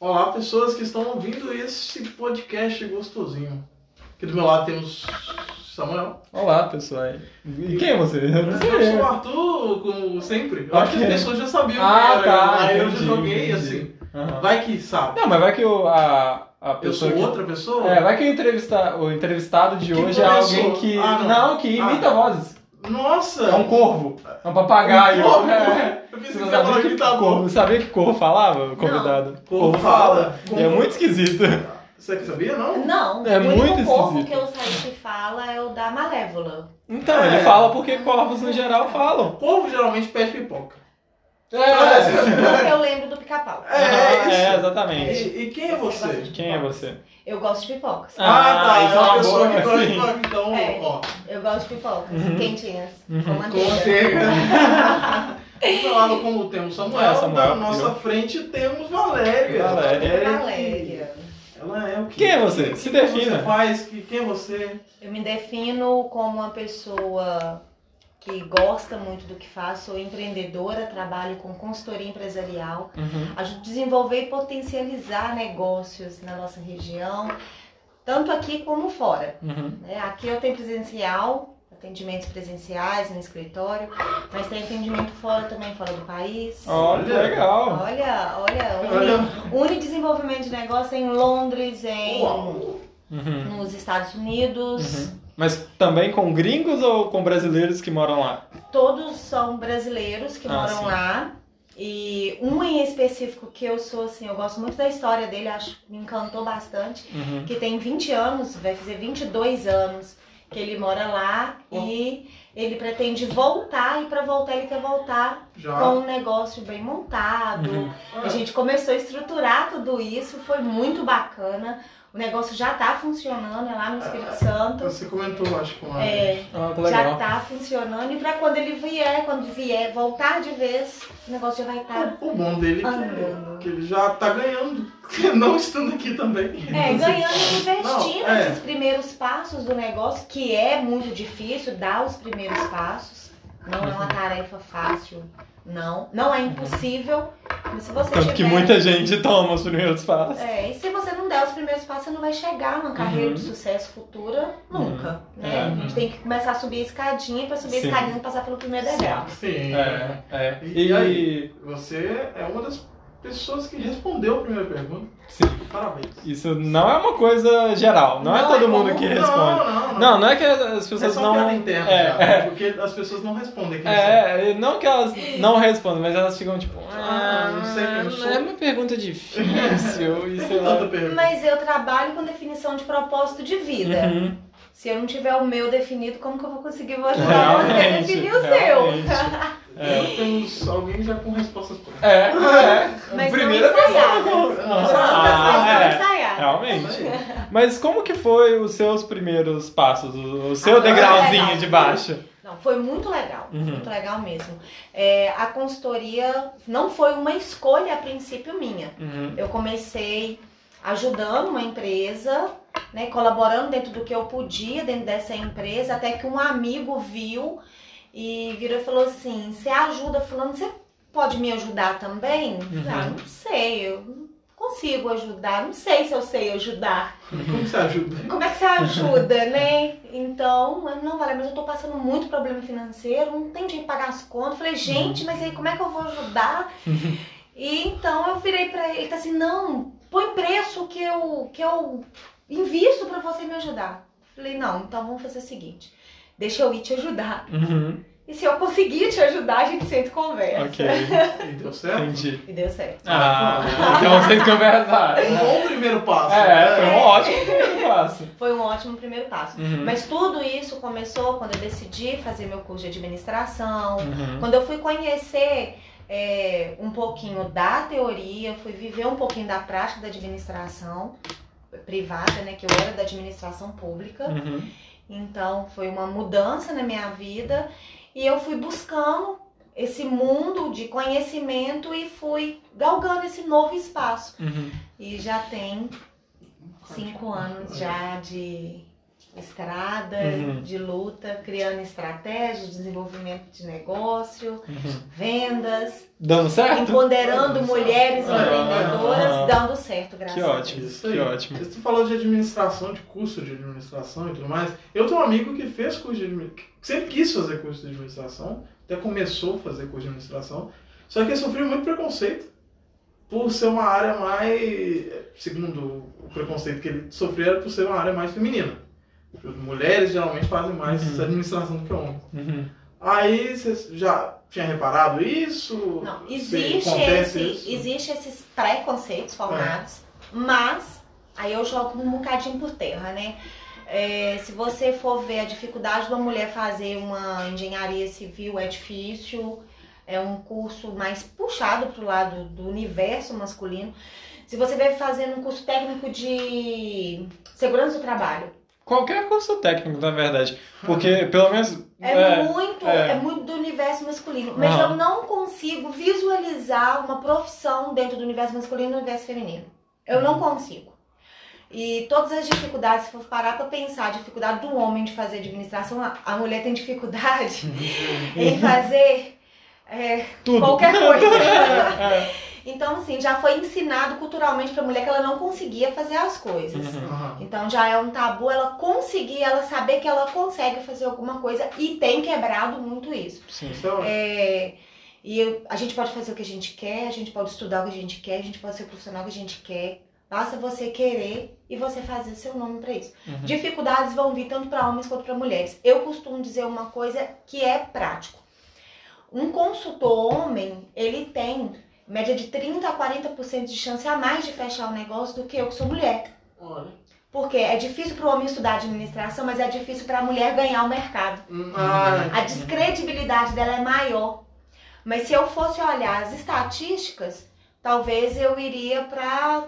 Olá, pessoas que estão ouvindo esse podcast gostosinho. Aqui do meu lado temos Samuel. Olá, pessoal. E quem é você? Eu não Eu sei. sou o Arthur, como sempre. Eu acho que as Ok. pessoas já sabiam Ah, que tá. Aí eu entendi, joguei entendi. assim. Aham. Vai que sabe. Não, mas vai que o, a, a Eu sou pessoa. Ah, que- outra pessoa? É, vai que o, entrevista, o entrevistado de Que hoje é começou. alguém que. Ah, não. que Ah. imita vozes. Nossa! É um corvo. É um papagaio. corvo. É. Eu pensei Você que não você ia falar sabia que que, tá bom. corvo, sabia que corvo falava, o convidado? corvo fala. E É muito esquisito. Você que sabia, não? Não, É o muito único corvo esquisito. que eu sei que fala é o da Malévola. Então, É. ele fala porque corvos no geral falam. Corvo geralmente pede pipoca. É, Porque eu lembro do pica-pau. É, é isso. exatamente. E, e quem é você? Quem é você? Eu gosto de pipocas. Ah, tá. isso É uma boa, pessoa que gosta sim. de pipoca. Então, É. ó. Eu gosto de pipocas, Ah. Uhum. quentinhas, com Uhum. manteiga. Consegue. Do lado, como temos Samuel, É, Samuel, na nossa eu. frente temos Valéria. Valéria. Valéria. Ela é o quê? Quem é você? O Se que você defina. faz? Que- Quem é você? Eu me defino como uma pessoa que gosta muito do que faço, sou empreendedora, trabalho com consultoria empresarial. Uhum. ajuda a desenvolver e potencializar negócios na nossa região, tanto aqui como fora. Uhum. né? Aqui eu tenho presencial, atendimentos presenciais no escritório, mas tem atendimento fora também, fora do país. Olha, que legal. Olha, olha, Olha. une, une desenvolvimento de negócio em Londres, em, Uau. Uhum. nos Estados Unidos. Uhum. Mas também com gringos ou com brasileiros que moram lá? Todos são brasileiros que Ah, moram sim. lá. E um em específico que eu sou, assim, eu gosto muito da história dele, acho me encantou bastante. Uhum. que tem 20 anos, vai fazer 22 anos que ele mora lá e ele pretende voltar e para voltar ele quer voltar Já. com um negócio bem montado. Tá. Uhum. A gente começou a estruturar tudo isso, foi muito bacana. O negócio já tá funcionando é lá no Espírito Santo. Você comentou, acho, com a... É, Ah, que já Ah, legal. tá funcionando e para quando ele vier, quando vier voltar de vez, o negócio já vai tá estar O bom dele é Andando. que, que ele já tá ganhando, não estando aqui também. É, ganhando e Não, investindo é. esses primeiros passos do negócio, que é muito difícil dar os primeiros passos. Não é uma Uhum. tarefa fácil, não. Não é impossível. Mas se você Tanto tiver... que muita gente toma os primeiros passos. É, e se você não der os primeiros passos, você não vai chegar numa Uhum. carreira de sucesso futura nunca, né? A gente tem que começar a subir a escadinha, pra subir É. Sim. a escadinha e passar pelo primeiro Sim. degrau. Sim. É, é. E aí? E Você é uma das pessoas que respondeu a primeira pergunta. Sim. Parabéns. isso não é uma coisa geral. Não, é Não, todo é mundo comum. que Não, responde. não, não. Não, não é que as é pessoas só piada não. interna, É, já, porque as pessoas não respondem quem são. É, não que elas não respondam, mas elas ficam tipo. Ah, não sei quem eu sou." É uma pergunta difícil e sei lá. Tanta pergunta. Mas eu trabalho com definição de propósito de vida. Uhum. Se eu não tiver o meu definido, como que eu vou conseguir vou ajudar você a Realmente, definir o realmente. seu? É. Temos alguém já com respostas prontas. É, é. Mas Primeira não pessoa. ensaiadas. que- Ah, Só as pessoas Ah, não é. ensaiadas. Realmente. Mas como que foi os seus primeiros passos? O o seu Ah, degrauzinho legal. de baixo? Não, foi muito legal, Uhum. muito legal mesmo. É, a consultoria não foi uma escolha a princípio minha. Uhum. Eu comecei ajudando uma empresa, né, colaborando dentro do que eu podia dentro dessa empresa, até que um amigo viu e virou e falou assim: "Você ajuda fulano, você pode me ajudar também?" Eu falei, Ah, Uhum. não sei, eu não consigo ajudar, não sei se eu sei ajudar. Como você ajuda? Como é que você ajuda, né? Então, eu, não, Valéria, mas eu tô passando muito problema financeiro, não tem dinheiro pra pagar as contas. Eu Falei, gente, mas aí como é que eu vou ajudar? e então eu virei pra ele, ele tá assim, não, põe preço que eu, que eu invisto pra você me ajudar. Eu Falei, não, então vamos fazer o seguinte, deixa eu ir te ajudar. Uhum. E se eu conseguir te ajudar, a gente senta e conversa. Ok, E deu certo? entendi. E deu certo. Ah, então vocês conversaram. Um bom primeiro passo. É, foi né? um ótimo primeiro passo. Foi um ótimo primeiro passo. Uhum. Mas tudo isso começou quando eu decidi fazer meu curso de administração, Uhum. Quando eu fui conhecer é, um pouquinho da teoria, fui viver um pouquinho da prática da administração privada, né? Que eu era da administração pública. Uhum. Então foi uma mudança na minha vida e eu fui buscando esse mundo de conhecimento e fui galgando esse novo espaço. Uhum. E já tem é. cinco anos já de estrada, Uhum. de luta, criando estratégias, desenvolvimento de negócio Uhum. vendas, Dando certo? empoderando mulheres Ah, empreendedoras dando certo, graças Que a Deus. ótimo. Isso Que aí. ótimo. Você falou de administração, de curso de administração e tudo mais. Eu tenho um amigo que fez curso de administração, que sempre quis fazer curso de administração, até começou a fazer curso de administração, só que ele sofreu muito preconceito por ser uma área mais. Segundo o preconceito que ele sofreu, era por ser uma área mais feminina. Mulheres geralmente fazem mais Uhum. administração do que homens. Uhum. Aí você já tinha reparado isso? Não, Se existe acontece esse, isso? existe esses preconceitos formados, mas aí eu jogo um bocadinho por terra, né? É, se você for ver a dificuldade de uma mulher fazer uma engenharia civil é difícil, é um curso mais puxado pro lado do universo masculino. Se você vai fazendo um curso técnico de segurança do trabalho, Qualquer curso técnico, na verdade. Porque, pelo menos. é, muito, é. é. muito do universo masculino. Mas Aham. eu não consigo visualizar uma profissão dentro do universo masculino e do universo feminino. Eu não consigo. E todas as dificuldades, se for parar pra pensar, a dificuldade do homem de fazer administração, a, a mulher tem dificuldade em fazer é, Tudo. qualquer coisa. É, então, assim, já foi ensinado culturalmente pra mulher que ela não conseguia fazer as coisas. Uhum. Aham. Então já é um tabu ela conseguir, ela saber que ela consegue fazer alguma coisa e tem quebrado muito isso. Sim. Isso é ótimo. É, e eu- a gente pode fazer o que a gente quer, a gente pode estudar o que a gente quer, a gente pode ser o profissional que a gente quer. Basta você querer e você fazer o seu nome pra isso. Uhum. Dificuldades vão vir tanto pra homens quanto pra mulheres. Eu costumo dizer uma coisa que é prático. Um consultor homem, ele tem média de 30 a 40% de chance a mais de fechar o negócio do que eu que sou mulher. Olha. Porque é difícil para o homem estudar administração, mas é difícil para a mulher ganhar o mercado. Ah, A descredibilidade dela é maior. Mas se eu fosse olhar as estatísticas, talvez eu iria para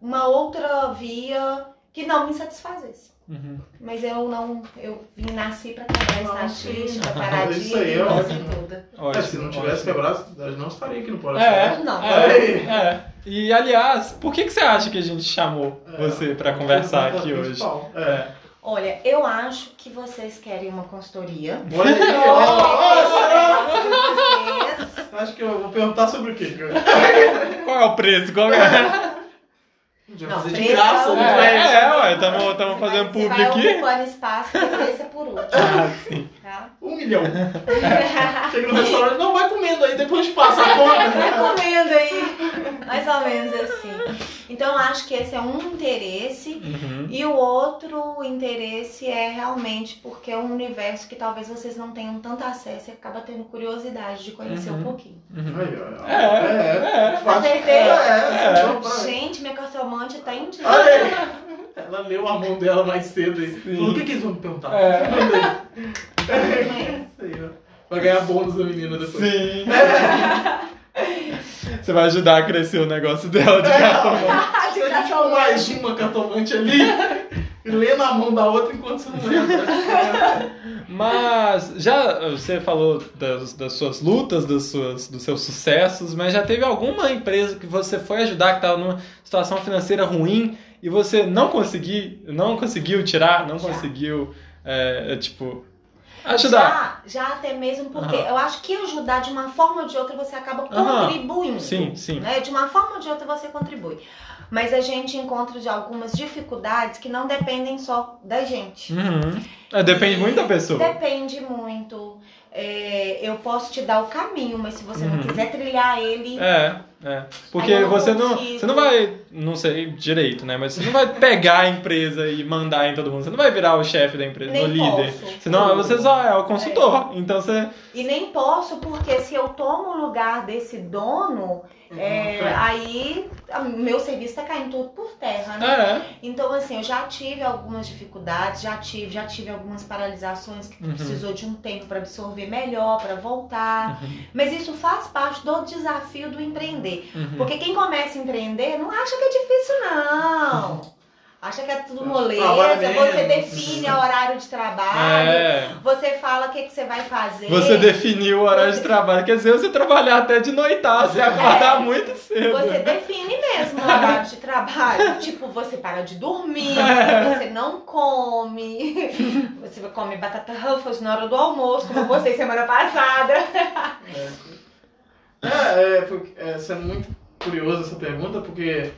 uma outra via que não me satisfazesse. Uhum. Mas eu não, eu vim nasci para quebrar Não, estatística, sim. parar Isso aí é ótimo. tudo. É, se não tivesse ótimo. quebrado, eu não estaria aqui no podcast. É, Não. é, é. E aliás, por que, que você acha que a gente chamou É. você pra conversar aqui hoje? Principal. É. Olha, eu acho que vocês querem uma consultoria. Olha aí, Eu acho que ó, ó, vocês querem vocês. ó. Acho que eu vou perguntar sobre o quê? Qual é o preço? Qual é? Já Não, fazer de preço graça, é o- é, né? é, ué, tamo, tamo Você vai- fazendo você público Vai aqui. ocupando espaço pra cabeça por último, Ah, sim. tá? Um milhão. Chega no restaurante, não vai comendo aí, depois te passa a conta. Recomendo aí. Mais ou menos assim. Então, eu acho que esse é um interesse. Uhum. E o outro interesse é realmente porque é um universo que talvez vocês não tenham tanto acesso e acaba tendo curiosidade de conhecer Uhum. um pouquinho. Uhum. Aí, ó, ó. É, é. Faz- Acertei. É, é, É. então, vai. Gente, minha cartomante tá em dia. Olha aí. Ela leu a mão dela mais cedo aí. Sim. Falou, o que, que eles vão me perguntar? É. É. Isso aí, ó. Vai ganhar bônus da menina depois. Sim. Você vai ajudar a crescer o negócio dela de É. cartomante. Se a gente for mais uma cartomante ali, e lê na mão da outra enquanto você não lembra. Mas já você falou das, das suas lutas, das suas, dos seus sucessos, mas já teve alguma empresa que você foi ajudar que estava numa situação financeira ruim e você não conseguiu, não conseguiu tirar, não Já. conseguiu, é, é, tipo, ajudar? Já, já até mesmo porque Aham. eu acho que ajudar de uma forma ou de outra você acaba Aham. contribuindo. Sim, sim. né? De uma forma ou de outra você contribui. Mas a gente encontra de algumas dificuldades que não dependem só da gente. Uhum. É, depende muito da pessoa. Depende muito. É, eu posso te dar o caminho, mas se você Uhum. não quiser trilhar ele, É, é. Porque Aí eu não você não, consigo. você não vai, não sei direito, né? Mas você não vai pegar a empresa e mandar em todo mundo. Você não vai virar o chefe da empresa, nem o É, líder. posso. Senão você só é o consultor. Então você. E nem posso, porque se eu tomo o lugar desse dono, Uhum. é, aí a- meu serviço tá caindo tudo por terra, né? É. Então, assim, eu já tive algumas dificuldades, já tive, já tive algumas paralisações que Uhum. precisou de um tempo para absorver melhor, para voltar. Uhum. Mas isso faz parte do desafio do empreender. Uhum. Porque quem começa a empreender não acha que é difícil, não. Acha que é tudo Trabalha moleza, menos. você define o horário de trabalho, É. você fala o que, que você vai fazer. Você definiu o horário de trabalho. Quer dizer, você trabalhar até de noitar, você acordar muito cedo. Você define mesmo o horário de trabalho. tipo, você para de dormir, É. você não come, você come batata Ruffles na hora do almoço, como eu postei semana passada. É, é, porque, é, isso é muito curioso essa pergunta, porque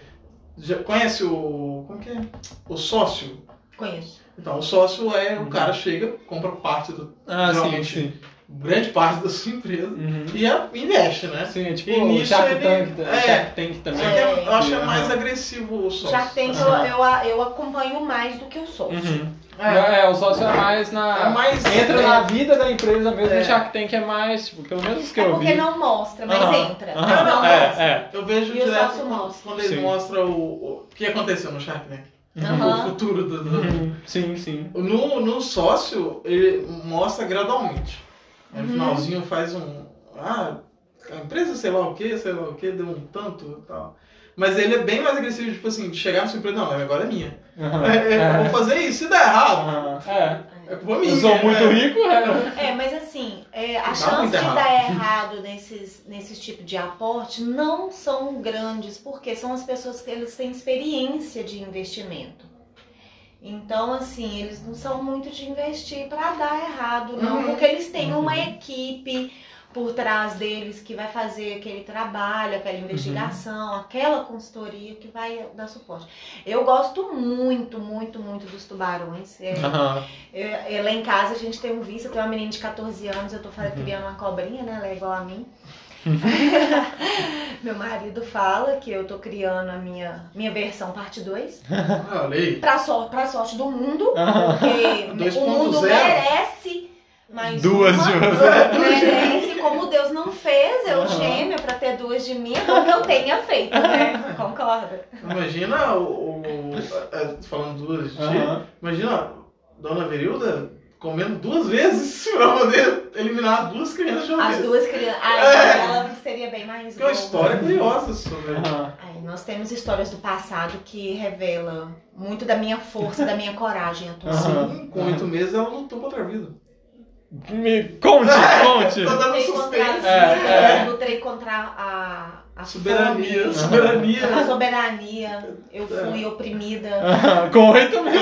já conhece o. Como que é? O sócio. Conheço. Então, o sócio é o Uhum. cara chega, compra parte do. Ah, sim, Geralmente. sim. grande parte da sua empresa Uhum. e a- investe, né? Sim, é tipo E o nisso Shark ele- Tank, é. o Shark Tank Só também. que é- eu acho que é Aham. mais agressivo o sócio. Uhum. Já tem, eu, Aham. eu, a- eu acompanho mais do que o sócio. Uhum. É, É, o sócio é mais na. É mais- Entra na vida da empresa mesmo. É. O Shark Tank é mais, tipo, pelo menos que É eu porque vi. não mostra, mas Aham. entra. Aham. Mas não é, mostra. é. Eu vejo E o direto sócio quando, mostra. quando eles Sim. mostram o, o que aconteceu no Shark Tank. Aham. O futuro do... do- Uhum. Sim, sim. No, no sócio, ele mostra gradualmente. Aí Uhum. No finalzinho faz um... Ah, a empresa sei lá o que, sei lá o que, deu um tanto e tal. Mas ele é bem mais agressivo, tipo assim, de chegar na sua empresa, não, agora é minha. Aham. É, é, eu vou fazer isso, se der errado, Aham. É. é culpa minha. Eu sou muito é. rico, é. É, mas assim, é, Uhum. Dá a chance muito de errado. dar errado nesses, nesses tipos de aporte não são grandes, porque são as pessoas que eles têm experiência de investimento. Então, assim, eles não são muito de investir para dar errado, não, Uhum. porque eles têm uma Uhum. equipe por trás deles que vai fazer aquele trabalho, aquela Uhum. investigação, aquela consultoria que vai dar suporte. Eu gosto muito, muito, muito dos tubarões. É, Aham. é, é, lá em casa a gente tem um vício, eu tenho uma menina de 14 anos, eu tô fa- Uhum. criando uma cobrinha, né? Ela é igual a mim. Meu marido fala que eu tô criando a minha, minha versão parte 2. Ah, olha aí. Pra, sor- pra sorte do mundo, Aham. porque o mundo 2.0. merece mais Duas uma. de você. Merece, como Deus não fez, eu Aham. gêmeo pra ter duas de mim, não que eu tenha feito, né? Concorda? Imagina o. o- a- a- falando duas de Aham. Imagina a Dona Verilda comendo duas vezes pra poder eliminar duas crianças de uma As vez. duas É. crianças. Ai, ela seria bem mais Tem uma boa. história curiosa né? sobre. Aham. Aí nós temos histórias do passado que revela muito da minha força, da minha coragem atual. Aham. Sim, com oito meses é ela lutou contra a vida. Me conte, conte. Tá dando Lutei contra a suspense. É, vida, lutei contra a, a Soberania, fome, soberania. a soberania. É. Eu fui oprimida Aham. Com oito mil.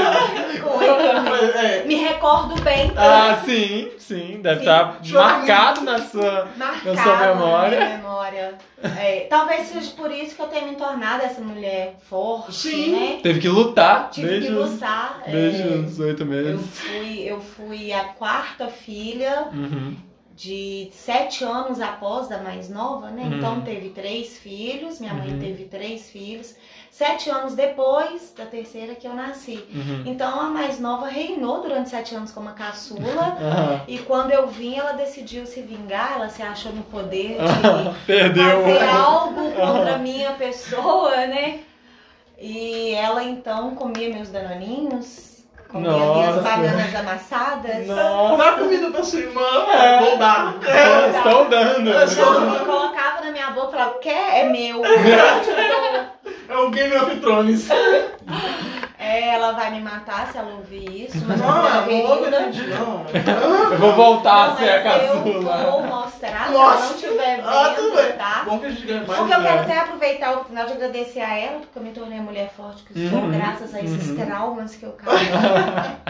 com ele. Mas, é, Me recordo bem, É. Ah, sim, sim. Deve Sim. estar marcado na sua. marcado na sua memória. na minha memória. É, talvez seja por isso que eu tenha me tornado essa mulher forte, Sim. né? Teve que lutar. Tive desde que os- lutar. é, desde os oito eu meses. fui, eu fui a quarta filha. Uhum. de sete anos após da mais nova, né? Uhum. Então teve três filhos, minha mãe Uhum. teve três filhos. Sete anos depois da terceira que eu nasci. Uhum. Então a mais nova reinou durante sete anos como a caçula. Aham. e quando eu vim, ela decidiu se vingar, ela se achou no poder de Aham. Ah, Perdeu. um. fazer algo contra a minha pessoa, né? E ela então comia meus danoninhos, comia Nossa. minhas bananas amassadas. Nossa. dá comida pra sua irmã, É. vou dar. Não, É. Estão dando. Eu sou- Não, eu colocava na minha boca e falava, quer? É meu. Eu te dou. É o Game of Thrones. É, ela vai me matar se ela ouvir isso, mas Não, ela é vou né? querida. pedir, não. é Eu vou voltar Não, a ser Tá, é a mas Eu vou caçula. mostrar se Nossa. ela não tiver vendo, Ah, tudo bem. tá? Bom que a gente ganha mais. Porque eu quero né? até aproveitar o final de agradecer a ela, porque eu me tornei a mulher forte que sou, Uhum. graças a esses Uhum. traumas que eu carrego.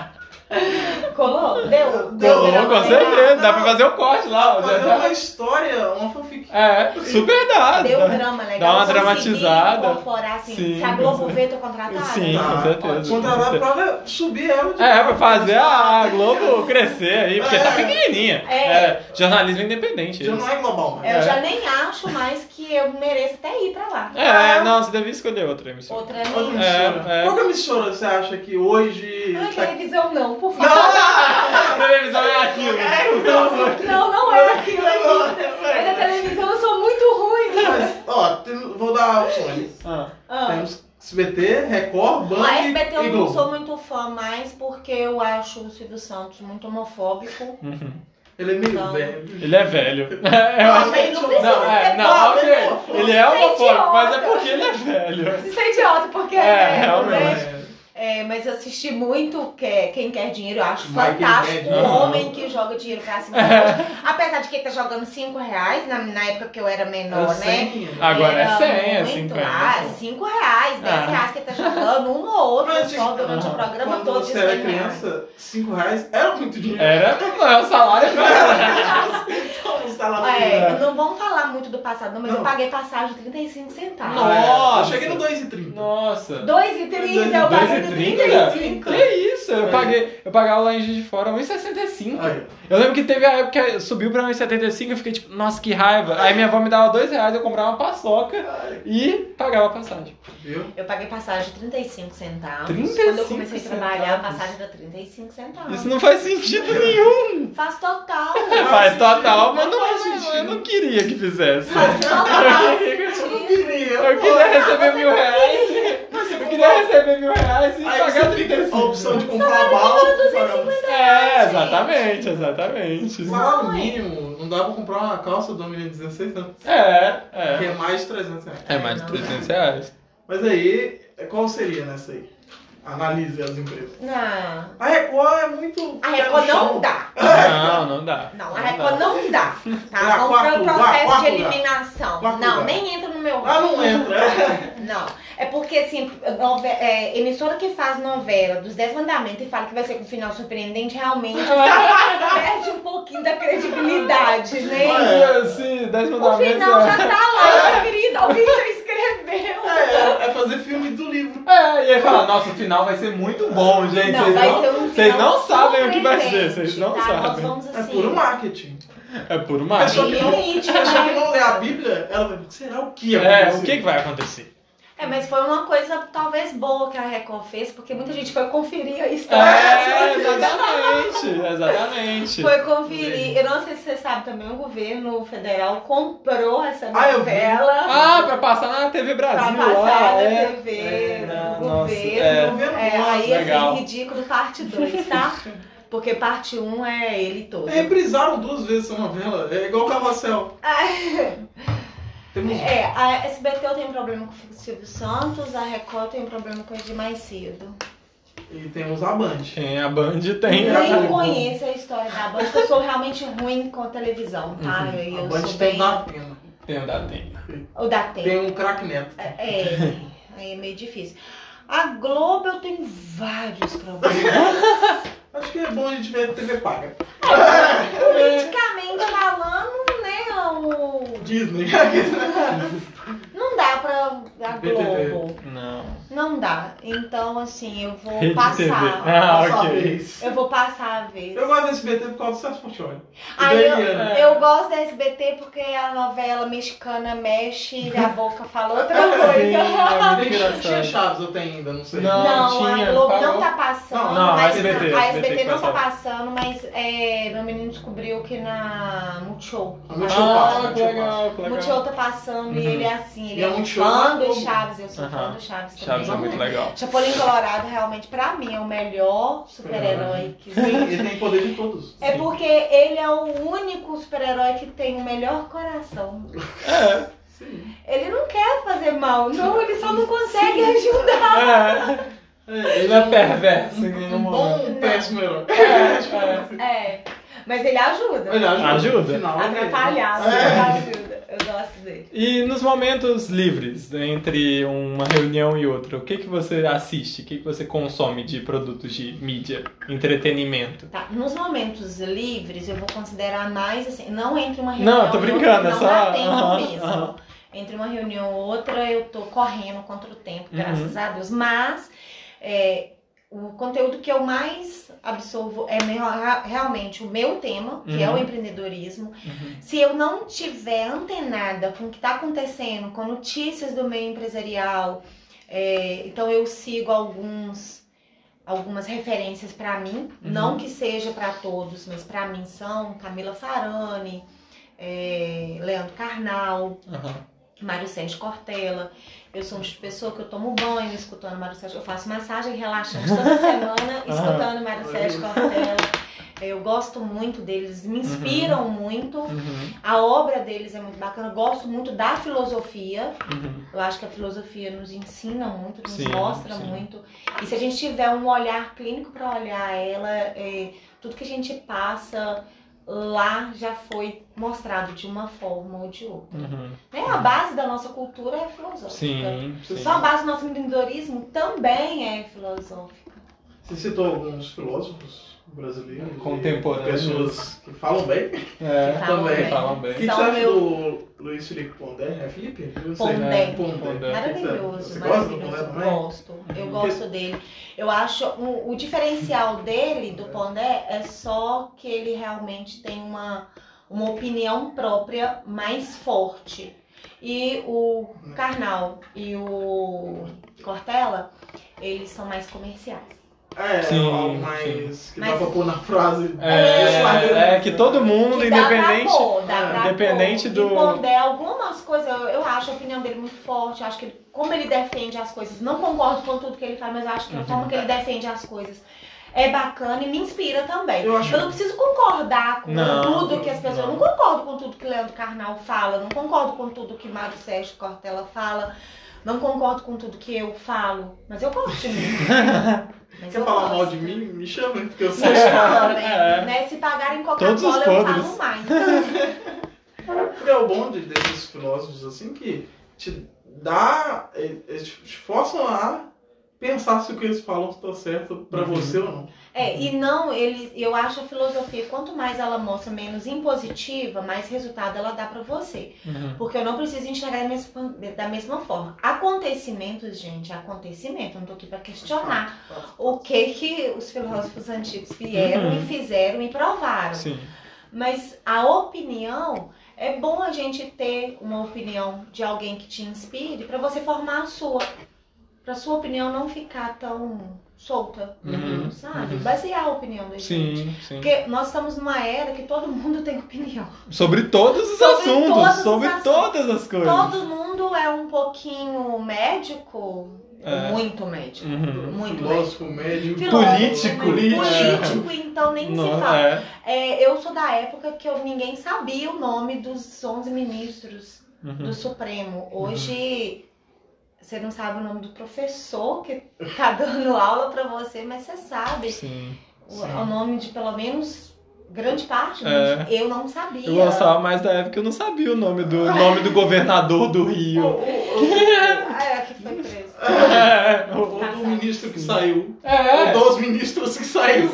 Colou? Deu? Deu, pra Não, com pegar? certeza. Dá pra fazer o corte lá. ó. Fazer Já tá- uma história, uma fanfic. É, super dá. Deu drama legal. Dá uma consegui dramatizada. Incorporar, assim, Sim, se a Globo vê, tô contratada. Sim, com certeza. Contratar Tá. pra ela subir ela de É, novo. pra fazer a Globo crescer aí, porque tá É. pequenininha. É. É, jornalismo independente. Já isso. não é global, mas. Eu É. já nem acho mais que eu mereço até ir pra lá. É, não, você devia escolher outra emissora. Outra Outra nem. emissora. é. Qual que emissora você acha que hoje. Ah, tá- televisão não, por favor. Não! Televisão é aquilo. Não, não é aquilo ainda. Mas a televisão eu sou muito ruim. Mas, ó, tem- vou dar opções. Ah, Ah, Temos SBT, Record, Band a SBT um e eu não Globo. sou muito fã mais porque eu acho o Silvio Santos muito homofóbico. uhum. Ele é meio Não. velho. Ele é velho. É, eu Não, acho- Mas ele não precisa Não, é, ser não, pobre. ok. Ele é homofóbico, idiota. mas é porque ele é velho. Isso é idiota, porque É, é, realmente. né? É, mas eu assisti muito que- é Quem Quer Dinheiro, eu acho Mas Quem fantástico Quer o Dinheiro. homem que joga dinheiro pra cima. do outro. Apesar de que ele tá jogando 5 reais na, na época que eu era menor, Era né? sem- Agora é Era 100, é muito. 50. Ah, 5 reais, 10 Ah. reais que tá jogando um ou outro Mas, ah, só durante o aham. programa Quando todo você de 100 era reais. criança, 5 reais era muito dinheiro. Era, é o salário. Então, está lá fora. É. É, não vamos falar muito do passado, não, mas Não. eu paguei passagem 35 centavos. Nossa. Eu cheguei no 2,30. Nossa. 2,30, eu paguei 2,30? né? 35. Que isso? Eu É. paguei, eu pagava lá em Juiz de Fora 1,65. Aí, Eu lembro que teve a época que subiu pra 1,75 eu fiquei tipo, nossa, que raiva. Aí minha avó me dava 2 reais, eu comprava uma paçoca aí, e pagava a passagem. viu? Eu paguei passagem 35 centavos. 35 Quando eu comecei a trabalhar, a centavos. passagem era 35 centavos. Isso não faz sentido nenhum. Faz total. Faz total, mas não, Faz eu, sentido. não queria que fizesse. Faz total. Eu não queria. Eu queria receber mil reais. Eu queria receber mil reais e Aí pagar você fica 35. a opção de comprar bala. pagar um- É, exatamente, exatamente. Lá no Não, é. mínimo, não dá pra comprar uma calça de uma menina de 16 anos. Que É, é. é mais de 300 reais. É mais de 300 reais. Mas aí, qual seria nessa aí? Analise as empresas. Não. A Record é muito. A Record pé no não chão. dá. Não, não dá. Não, a Record não dá. Tá? Dá Vamos para quatro, o dá processo de quatro, dá. eliminação. Quatro, dá. Não, nem entra no meu. Ah, não entra. Não. É porque, assim, nove- é, emissora que faz novela dos Dez Mandamentos e fala que vai ser com final surpreendente, realmente perde um pouquinho da credibilidade, né? Mas, assim, se 10 O mandamentos. final é- já tá lá, querida. Alguém já escreveu. É, é fazer filme do livro. É, e aí fala, nossa, o final vai ser muito bom, gente. Não, Vocês vai não, ser um vocês final não sabem o que vai ser, surpreendente, vocês não tá? sabem. Nós vamos É assim. puro marketing. É puro A pessoa marketing. que não, Limite, a pessoa que né? não lê a Bíblia, ela vai. Será o que? É, aconteceu? o que, que vai acontecer? É, mas foi uma coisa talvez boa que a Record fez, porque muita gente foi conferir a É, história. exatamente, exatamente. Foi conferir. Eu não sei se você sabe também, o governo federal comprou essa Ah, eu vi. novela Ah, pra passar na TV pra Brasil passar lá, na é. TV, É, no nossa, governo. é. Não vê no É, nosso. aí legal. assim, ridículo parte 2, tá? Porque parte 1 um é ele todo. Reprisaram duas vezes essa novela. É igual Carrossel. Temos É, a SBT tem problema com o Silvio Santos, a Record tem problema com o Edmar Cedo. E temos a Band. Tem a Band, tem né? a Sim. Nem Globo. conheço a história da Band, porque eu sou realmente ruim com a televisão, tá? Uhum. Eu, a eu Band sou tem bem... o da Atena. Tem a da Atena. O da Tem. Tem um craque neto. É, aí é meio difícil. A Globo eu tenho vários problemas. Acho que é bom a gente ver TV paga. Politicamente falando, né, o... Disney. não dá pra a BBB. Globo. Não. Não dá. Então, assim, eu vou Rede TV. passar. Ah, Só ok. vez. Eu vou passar a vez. Eu gosto desse BT por causa do Sérgio Portioli. Aí eu, Italiano. eu gosto da SBT porque a novela mexicana mexe e a boca fala outra coisa. é muito Ah, Tem- Tinha engraçado. Chaves, eu tenho ainda, não sei. Não. a tinha, Globo parou. não tá passando. Não, não, a mas SBT, a SBT SBT que não tá passava. passando, mas é, meu menino descobriu que na Multishow. A Multishow passa, Ah, Multishow que legal, que legal. Multishow tá passando e Uhum. ele é assim, ele E a é um Multishow fã tá do como? Chaves, eu sou fã Aham. do Chaves também. Chaves né? é muito legal. Chapolin Colorado realmente pra mim é o melhor super-herói que existe. Ele tem poder de todos. É porque ele é o único super-herói que tem o melhor coração. É. Sim. Ele não quer fazer mal, não, ele só não consegue ajudar. é. Ele é perverso em nenhum Um momento. bom, um péssimo herói. É, É, mas ele ajuda. Ele ajuda. Ajuda? No final, ele- Atrapalhado, É. ele ajuda. Eu gosto dele. E nos momentos livres, entre uma reunião e outra, o que, que você assiste? O que, que você consome de produtos de mídia, entretenimento? Tá, nos momentos livres eu vou considerar mais assim, não entre uma reunião Não, tô brincando, e é outra, só- não dá tempo aham, mesmo. aham. Entre uma reunião e outra eu tô correndo contra o tempo, Uhum. graças a Deus, mas é, o conteúdo que eu mais absorvo é meu- realmente o meu tema, que é o Uhum. empreendedorismo, se eu não tiver antenada com o que está acontecendo, com notícias do meio empresarial, é, então eu sigo alguns algumas referências para mim, não que seja para todos, mas para mim são Camila Farani, é, Leandro Carnal, Aham. Mário Sérgio Cortella. Eu sou um tipo de pessoa que eu tomo banho escutando Mário Sérgio. Eu faço massagem relaxante toda semana escutando Mário Sérgio Cortella. Eu gosto muito deles, me inspiram muito. Uhum. A obra deles é muito bacana. Eu gosto muito da filosofia. Uhum. Eu acho que a filosofia nos ensina muito, nos Sim, mostra sim. muito. E se a gente tiver um olhar clínico para olhar ela, é, tudo que a gente passa lá já foi mostrado de uma forma ou de outra. Uhum. Né? A base da nossa cultura é filosófica. Sim, sim. Só a base do nosso empreendedorismo também é filosófica. Você citou alguns filósofos brasileiros. e Contemporâneos. Pessoas que falam bem. É, Falam também. bem. falam O bem. que, que você São acha meu- do Luiz Felipe Pondé? É Felipe? Eu não sei. Pondé. Pondé. Maravilhoso, Né? Você gosta do Pondé maravilhoso. também? Uhum. Gosto, eu gosto dele. Eu acho o, o diferencial dele, do Pondé, é só que ele realmente tem uma, uma opinião própria mais forte. E o Karnal e o Cortella, eles são mais comerciais. É, Sim, algo mais que dá Mas- pra pôr na frase. É, é que todo mundo, Que dá pra independente. Ah, pôr, dá pra independente pôr. do- E Pondé, algumas coisas, eu, eu acho a opinião dele muito forte. Eu acho que ele- como ele defende as coisas, não concordo com tudo que ele fala, mas eu acho que a Uhum. forma que ele defende as coisas é bacana e me inspira também. Eu acho- não preciso concordar com Não, tudo que as pessoas. Eu não concordo com tudo que Leandro Carnal fala, não concordo com tudo que Mário Sérgio Cortella fala. Não concordo com tudo que eu falo, mas eu gosto de mim. Mas Se você eu falar gosto. mal de mim, me chama, porque eu sou Me chamem, É. né? Se pagarem Todos os Coca-Cola, eu podres. falo mais. Porque é o bom de- desses filósofos, assim, que te dá. eh, Eles te forçam a pensar se o que eles falam está certo pra Uhum. você ou não. É, e não, ele, eu acho a filosofia, quanto mais ela mostra menos impositiva, mais resultado ela dá pra você. Uhum. Porque eu não preciso enxergar da mesma, da mesma forma. Acontecimentos, gente, é acontecimento. Eu não tô aqui pra questionar o que que os filósofos antigos vieram Uhum. e fizeram e provaram. Sim. Mas a opinião, é bom a gente ter uma opinião de alguém que te inspire pra você formar a sua. Pra sua opinião não ficar tão solta, Uhum. sabe? Uhum. Basear a opinião da gente. Sim, sim. Porque nós estamos numa era que todo mundo tem opinião. Sobre todos os Sobre assuntos, todos os sobre assuntos. todas as coisas. Todo mundo é um pouquinho médico, É. muito médico. Uhum. Muito médico. Filósofo, médico, Filósofo, Político. né? É. político, então nem Não, se fala. é. É, eu sou da época que eu, ninguém sabia o nome dos 11 ministros Uhum. do Supremo. Hoje você não sabe o nome do professor que tá dando aula pra você, mas você sabe Sim. o, Sim. o nome de pelo menos grande parte. É. gente. Eu não sabia. Eu gostava mais da época que eu não sabia o nome do o nome do governador do Rio. Ah, é, que foi preso. É, Ou Tá do ministro que saiu. é, Ou dos ministros que saiu.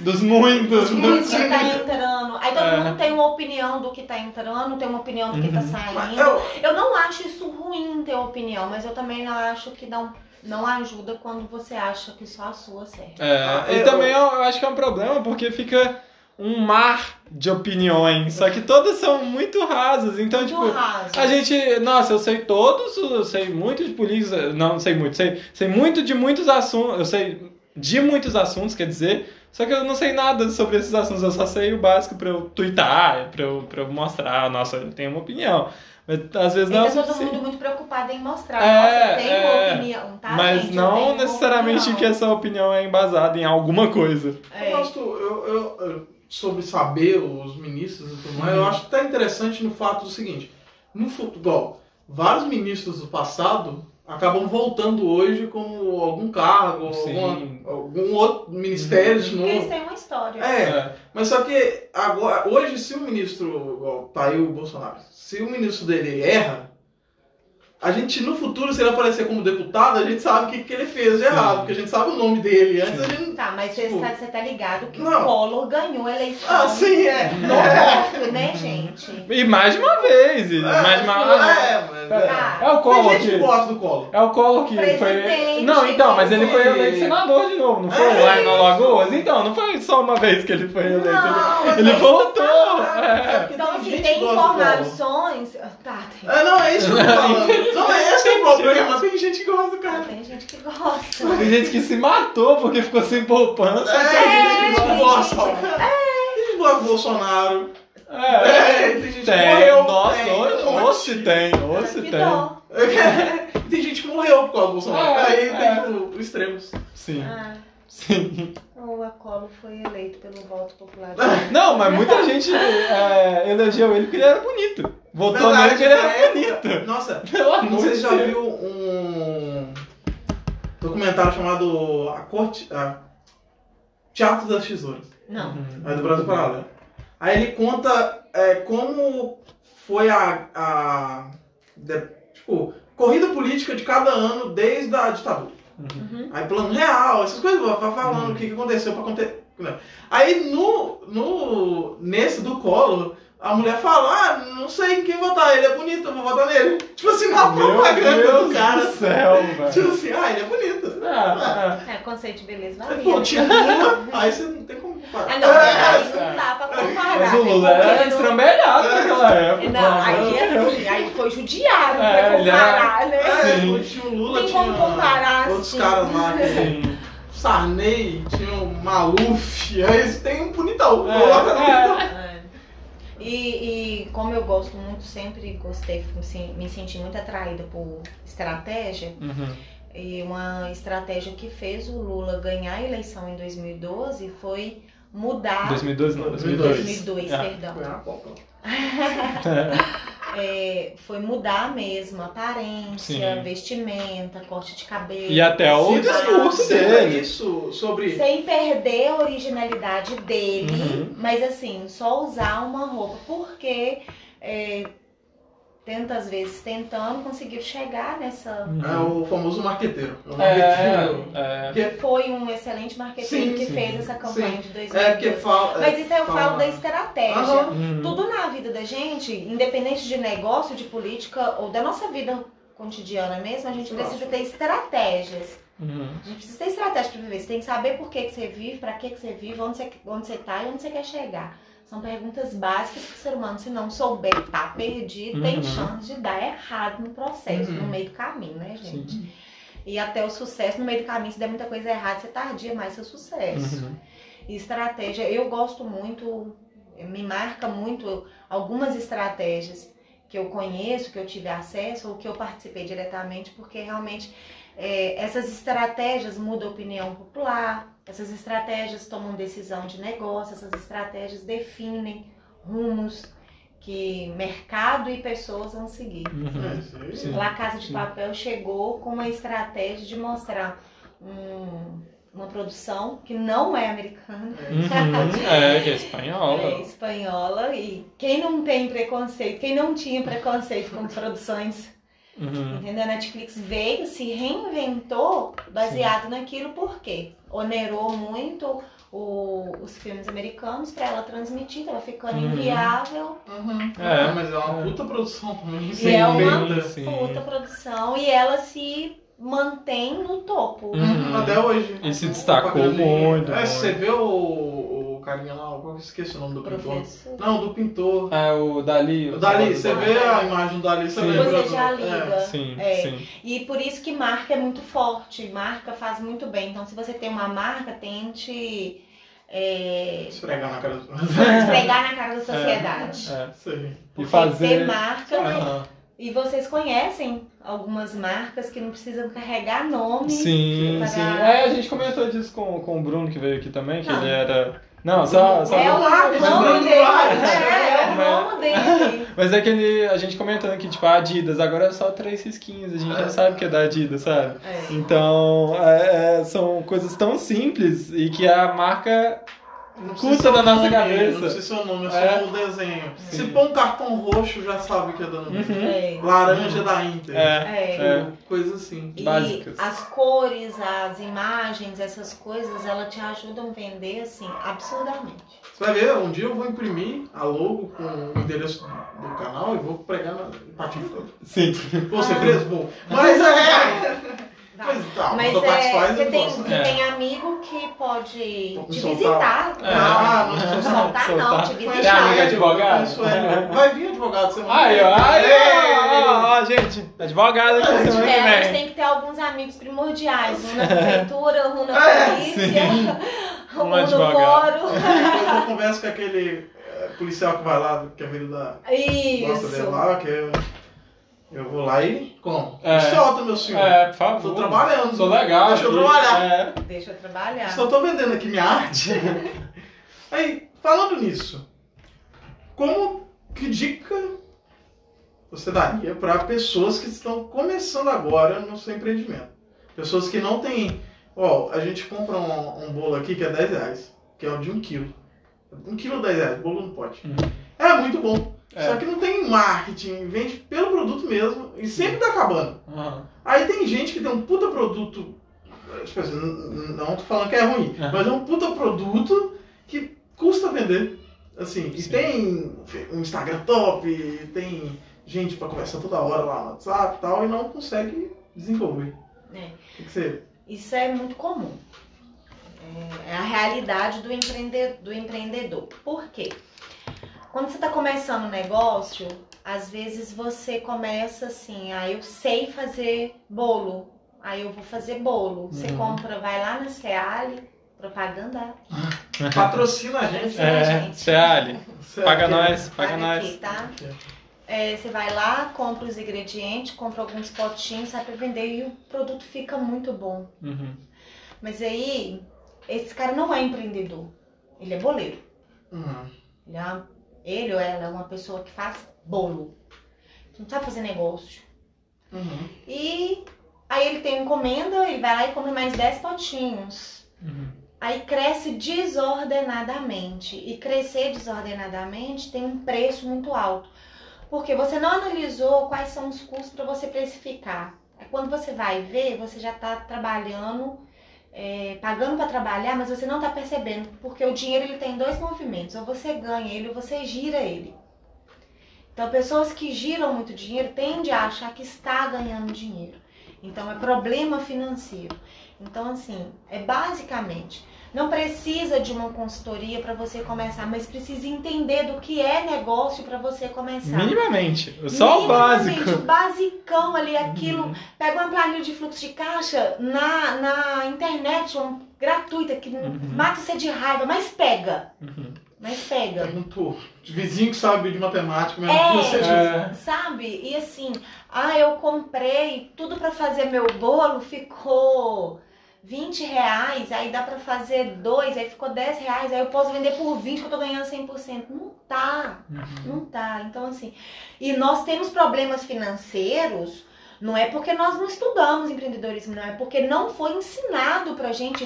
dos muitos. Muito Dos- que tá entrando. Aí todo É. mundo tem uma opinião do que tá entrando, tem uma opinião do que tá Uhum. Mas saindo. eu- Eu não acho isso ruim ter opinião, mas eu também não acho que não, não ajuda quando você acha que só a sua serve. Ah, É, e eu- também eu, eu acho que é um problema porque fica um mar de opiniões, só que todas são muito rasas, então Muito tipo raso. a gente, nossa, eu sei todos, eu sei muito de política, não, não sei muito, sei, sei muito de muitos assuntos, eu sei de muitos assuntos, quer dizer, só que eu não sei nada sobre esses assuntos, eu só sei o básico pra eu twittar, pra eu, pra eu mostrar, nossa, eu tenho uma opinião, mas às vezes não. é Ainda todo sei. mundo muito preocupado em mostrar. É, Nossa, tem é. uma opinião, tá? Mas gente? Eu tenho não uma necessariamente opinião. que essa opinião é embasada em alguma coisa. É. Eu gosto, eu, eu- eu- sobre saber os ministros e tudo mais, Uhum. eu acho até interessante no fato do seguinte: no futebol, vários ministros do passado acabam voltando hoje como algum cargo, Sim. Uhum. alguma- algum outro ministério de Porque eles novo. têm uma história. assim, É, mas só que agora, hoje, se o ministro, igual tá aí o Bolsonaro, se o ministro dele erra, a gente no futuro, se ele aparecer como deputado, a gente sabe o que, que ele fez de Sim. errado, porque a gente sabe o nome dele. Antes Sim. a gente. Tá, mas você, Tipo, tá, você tá ligado que não. o Collor ganhou a eleição. Ah, sim, é. No voto, né, gente? E mais de uma vez, e mais de uma... É, mas. Tá. É o Tem Collor gente que que... gosta do colo. É o Collor que foi... Presidente, Não, então, mas ele foi que- eleito senador de novo, não foi É lá na isso. Lagoas? Então, não foi só uma vez que ele foi eleito. Não, mas ele é isso que eu voltou! falo. é. porque Então, se gente tem que gosta do colo. informações. Tá, tem. É, não, é isso que eu tô falando. Não, é esse que é o problema. Tem gente que gosta do Ah, cara. Tem gente que gosta. Tem gente que se matou porque ficou sem poupança. É, tem gente que gente. gosta. Tem gente que gosta do Bolsonaro. É. É, tem gente que Tem, morreu. nossa, tem, ou, um ou monte. se tem, ou Ah, se que tem. dó. Tem gente que morreu por causa do Bolsonaro. É, Aí é. tem o- os extremos. Sim, Ah, sim. o Acolo foi eleito pelo voto popular. Ah. Não, mas muita gente é, elogiou ele porque ele era bonito. Votou Verdade, nele porque ele na era época- bonito. Nossa, Pelo amor Não sei de se já Deus. viu um documentário chamado A Corte. A Teatro das Tesouras. Não. Aí do Brasil Paralelo. Aí ele conta é, como foi a. a de- tipo, corrida política de cada ano desde a ditadura. Uhum. Aí plano real, essas coisas, vai falando o que, que aconteceu pra acontecer. Aí no, no. nesse do colo, a mulher fala, ah, não sei em quem votar, ele é bonito, eu vou votar nele. Tipo assim, na Meu propaganda Deus do cara. do céu, velho. Tipo assim, ah, ele é bonito. Ah, ah. É, conceito de beleza Aí, valia. Pô, te Lula, aí você não tem como comparar. Ah, não, É, mas não dá pra comparar. Mas o Lula é né? era Porque não- estrambelhado naquela época. né? Não, pelo né? aí amor de é Deus. assim, aí foi judiado É, pra comparar, né? É, Sim. o tio Lula Tem tinha como comparar, outros assim. caras lá, que Sim. Sarney, tinha o Maluf, aí tem um bonitão. É, Coloca no- é. É. E, e como eu gosto muito, sempre gostei, fui assim, me senti muito atraída por estratégia. Uhum. E uma estratégia que fez o Lula ganhar a eleição em 2012 foi mudar. 2012 não, 2002. 2002, Ah. perdão. Foi na Copa. É. É, foi mudar mesmo a aparência, Sim. vestimenta, corte de cabelo. E até o Se É discurso discute dele. Isso sobre. Sem perder a originalidade dele, Uhum. mas assim, só usar uma roupa, porque é, tantas vezes tentando conseguiu chegar nessa. É o famoso marqueteiro. É, o marqueteiro. Uhum. É, é. Porque- Foi um excelente marqueteiro Sim, que sim, fez essa campanha de é porque 2012. fala. mas isso aí eu fala- falo da estratégia. Aham. Uhum. Tudo na vida da gente, independente de negócio, de política ou da nossa vida cotidiana mesmo, a gente Nossa. precisa ter estratégias. Uhum. A gente precisa ter estratégia para viver. Você tem que saber por que, que você vive, para que, que você vive, onde você, onde você tá e onde você quer chegar. São perguntas básicas que o ser humano, se não souber, tá perdido, tem Uhum. chance de dar errado no processo, Uhum. no meio do caminho, né, gente? Sim. E até o sucesso, no meio do caminho, se der muita coisa errada, você tardia mais seu sucesso. Uhum. E estratégia, eu gosto muito, me marca muito algumas estratégias que eu conheço, que eu tive acesso ou que eu participei diretamente, porque realmente é, essas estratégias mudam a opinião popular, essas estratégias tomam decisão de negócio, essas estratégias definem rumos que mercado e pessoas vão seguir. É, Uhum. isso aí. Sim. Lá a Casa de Sim. Papel chegou com uma estratégia de mostrar um- uma produção que não é americana, Uhum. É, que é é espanhola. espanhola, e quem não tem preconceito, quem não tinha preconceito com produções, Uhum. entendeu? A Netflix veio, se reinventou baseado naquilo, por quê? Onerou muito o- os filmes americanos para ela transmitir, tava ficando Uhum. inviável. Uhum. É. É, mas é uma puta produção também. E é uma sim, sim. puta produção e ela se mantém no topo. né, Uhum. Até hoje. E se destacou Propaganda. muito. É, você muito. vê o, o carinha lá, eu esqueci o nome do pintor. Professor. Não, do pintor. É o Dali. O Dali, Salvador você Dali. vê a imagem do Dali, você Sim. lembra. Você já do- liga. Sim, É. sim. E por isso que marca é muito forte, marca faz muito bem. Então, se você tem uma marca, tente é, É, esfregar na cara do. esfregar na cara da sociedade. É. Isso aí. E Porque ter fazer. Ah. marca. Aham. E vocês conhecem algumas marcas que não precisam carregar nome. Sim, Pra- sim. É, a gente comentou disso com, com o Bruno que veio aqui também, que Não. ele era. Não, só. só Ah. É o marketing, nome né? dele. É, é o Mas- nome dele. Mas é que ele- a gente comentando que, tipo, a Adidas agora é só três risquinhos, a gente já sabe que é da Adidas, sabe? É. Então, é, é, são coisas tão simples e que a marca. Não Custa precisa ser da o nossa um nome, cabeça. Não precisa ser o nome, é só É. o desenho. Sim. Se pôr um cartão roxo, já sabe que é da Nubia. Uhum. É. Laranja é da Inter. É. É. Tipo, Coisa assim. E Básicas. as cores, as imagens, essas coisas, elas te ajudam a vender, assim, absurdamente. Você vai ver, um dia eu vou imprimir a logo com o endereço do canal e vou pregar na patinha toda. Sim. Vou Ah. ser preso? Vou. Mas é. Mas tá, Mas o Totox é, faz você, eu tem, gosto. você É. tem amigo que pode Vou te soltar. visitar. É. Ah, Não, mas não, não soltar não, soltar. te Conheço Tem um visitar. amigo Ed, advogado? conheço Ed. Vai vir advogado semana Aí, ó, aí, ó, Ei! ó, ó, gente. Advogado aqui semana que É, a gente vem. tem que ter alguns amigos primordiais, um na prefeitura, um na polícia, Um um no advogado. fórum. Depois eu converso com aquele eh, policial que vai lá, que é filho da nossa dele Isso. lá, que eu, eu vou lá e. Como? É. Solta, meu senhor. É, Tô por favor. trabalhando. Sou legal. Deixa eu aqui. trabalhar. É. Deixa eu trabalhar. Só tô vendendo aqui minha arte. Aí, falando nisso, como que dica você daria para pessoas que estão começando agora no seu empreendimento? Pessoas que não têm. Ó, a gente compra um, um bolo aqui que é 10 reais, que é o de 1 quilo. 1 quilo 10 reais, bolo não pode. Uhum. É muito bom. É. Só que não tem marketing, vende pelo produto mesmo e sempre tá acabando. Aham. Aí tem gente que tem um puta produto tipo assim, n- n- não tô falando que é ruim, Aham. mas é um puta produto que custa vender. Assim, e Sim. tem um Instagram top, e tem gente pra conversar toda hora lá no WhatsApp e tal, e não consegue desenvolver. É. O que que você. Isso é muito comum. É a realidade do, empreende- do empreendedor. Por quê? Quando você está começando um negócio, às vezes você começa assim, ah, eu sei fazer bolo, aí eu vou fazer bolo. Você Uhum. compra, vai lá na Ceale, propaganda, Patrocina a gente. Patrocina a É, gente. né? Ceali, Sério. paga nós, paga Paga nós. aqui, tá? É, você vai lá, compra os ingredientes, compra alguns potinhos, sai para vender e o produto fica muito bom. Uhum. Mas aí, esse cara não é empreendedor. Ele é boleiro. Hum. Ele, é uma- ele ou ela é uma pessoa que faz bolo. Que não sabe fazer negócio. Uhum. E aí ele tem encomenda, ele vai lá e compra mais 10 potinhos. Uhum. Aí cresce desordenadamente. E crescer desordenadamente tem um preço muito alto. Porque você não analisou quais são os custos para você precificar. Aí Quando você vai ver, você já está trabalhando, é, pagando para trabalhar, mas você não está percebendo. Porque o dinheiro ele tem dois movimentos: ou você ganha ele ou você gira ele. Então, pessoas que giram muito dinheiro tendem a achar que está ganhando dinheiro. Então, é problema financeiro. Então, assim, é basicamente, não precisa de uma consultoria para você começar, mas precisa entender do que é negócio para você começar. Minimamente, só o básico. Minimamente, O basicão ali, aquilo. Pega uma planilha de fluxo de caixa na, na internet, uma gratuita, que Uhum. mata você de raiva, mas pega. Uhum. Mas pega. Perguntou. É Vizinho que sabe de matemática, mas É. não seja. É. Sabe? E assim, ah, eu comprei tudo pra fazer meu bolo, ficou 20 reais, aí dá pra fazer dois, aí ficou 10 reais, aí eu posso vender por 20 que eu tô ganhando 100%. Não tá. Uhum. Não tá. Então, assim, e nós temos problemas financeiros, não é porque nós não estudamos empreendedorismo, não é porque não foi ensinado pra gente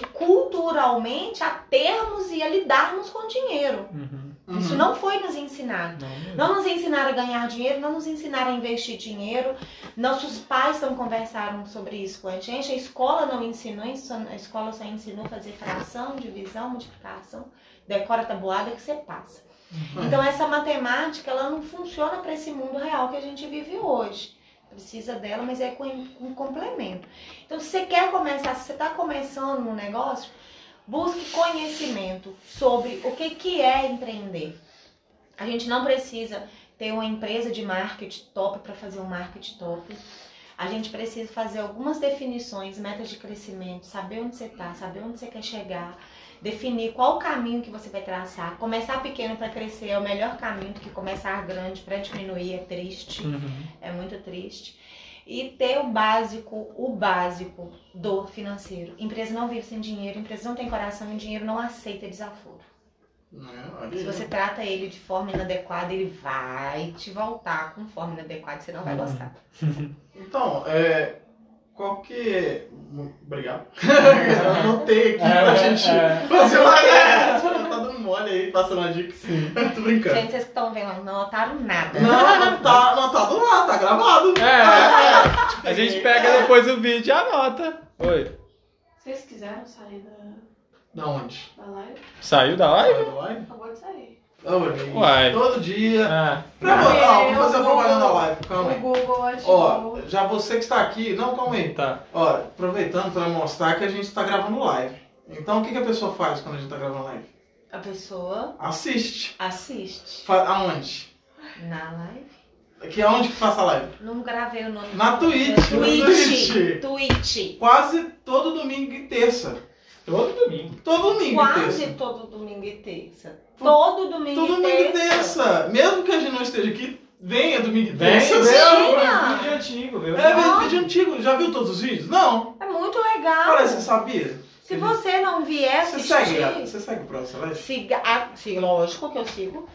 culturalmente a termos e a lidarmos com dinheiro. Uhum. Uhum. Isso não foi nos ensinado. Não mesmo. Não nos ensinaram a ganhar dinheiro, não nos ensinaram a investir dinheiro. Nossos pais não conversaram sobre isso com a gente. A escola não ensinou, isso, a escola só ensinou a fazer fração, divisão, multiplicação, decora a tabuada que você passa. Uhum. Então essa matemática, ela não funciona para esse mundo real que a gente vive hoje. Precisa dela, mas é com um complemento. Então, se você quer começar, se você está começando um negócio, busque conhecimento sobre o que, que é empreender. A gente não precisa ter uma empresa de marketing top para fazer um marketing top. A gente precisa fazer algumas definições, metas de crescimento, saber onde você está, saber onde você quer chegar, definir qual o caminho que você vai traçar. Começar pequeno para crescer é o melhor caminho do que começar grande para diminuir é triste Uhum. é muito triste. E ter o básico, o básico do financeiro. Empresa não vive sem dinheiro, empresa não tem coração e dinheiro não aceita desaforo. É, olha Se aí. você trata ele de forma inadequada, ele vai te voltar com forma inadequada, você não vai Uhum. gostar. Então, é, qual que é... Mu- Obrigado. Eu anotei aqui pra É, gente é. fazer uma... É, tá dando mole aí, passando a dica. Tô brincando. Gente, vocês que estão vendo, não notaram nada. Não, não tá, não tá do lado, tá gravado. É, a gente pega depois o vídeo e anota. Oi, Vocês quiseram sair da, Da onde? da live? saiu da live? Sai do live? Acabou de sair. Da live. Uai. Todo dia. Ah, Pra Não, você, ó, vou eu fazer a vou- propaganda da live, calma O aí. Google é ativou. Ó, já você que está aqui, não, calma aí. tá. Ó, aproveitando pra mostrar que a gente tá gravando live. Então, o que, que a pessoa faz quando a gente tá gravando live? A pessoa Assiste. assiste Fa- aonde? na live. Aqui, aonde que faça a live? Não gravei o nome. Na Twitch, na Twitch. Twitch. Quase todo domingo e terça. Todo domingo. Todo domingo e terça. Quase todo domingo e terça. Todo domingo Todo e domingo e terça. Mesmo que a gente não esteja aqui, venha domingo e Vem, terça. vem, Mentira! o vídeo antigo, Ah. viu? É, vem vídeo antigo. Já viu todos os vídeos? Não. É muito legal. Parece que sabia. Se você não vier Você É assistir, segue, a- você segue o próximo, né? siga, ah, sim, lógico que eu sigo.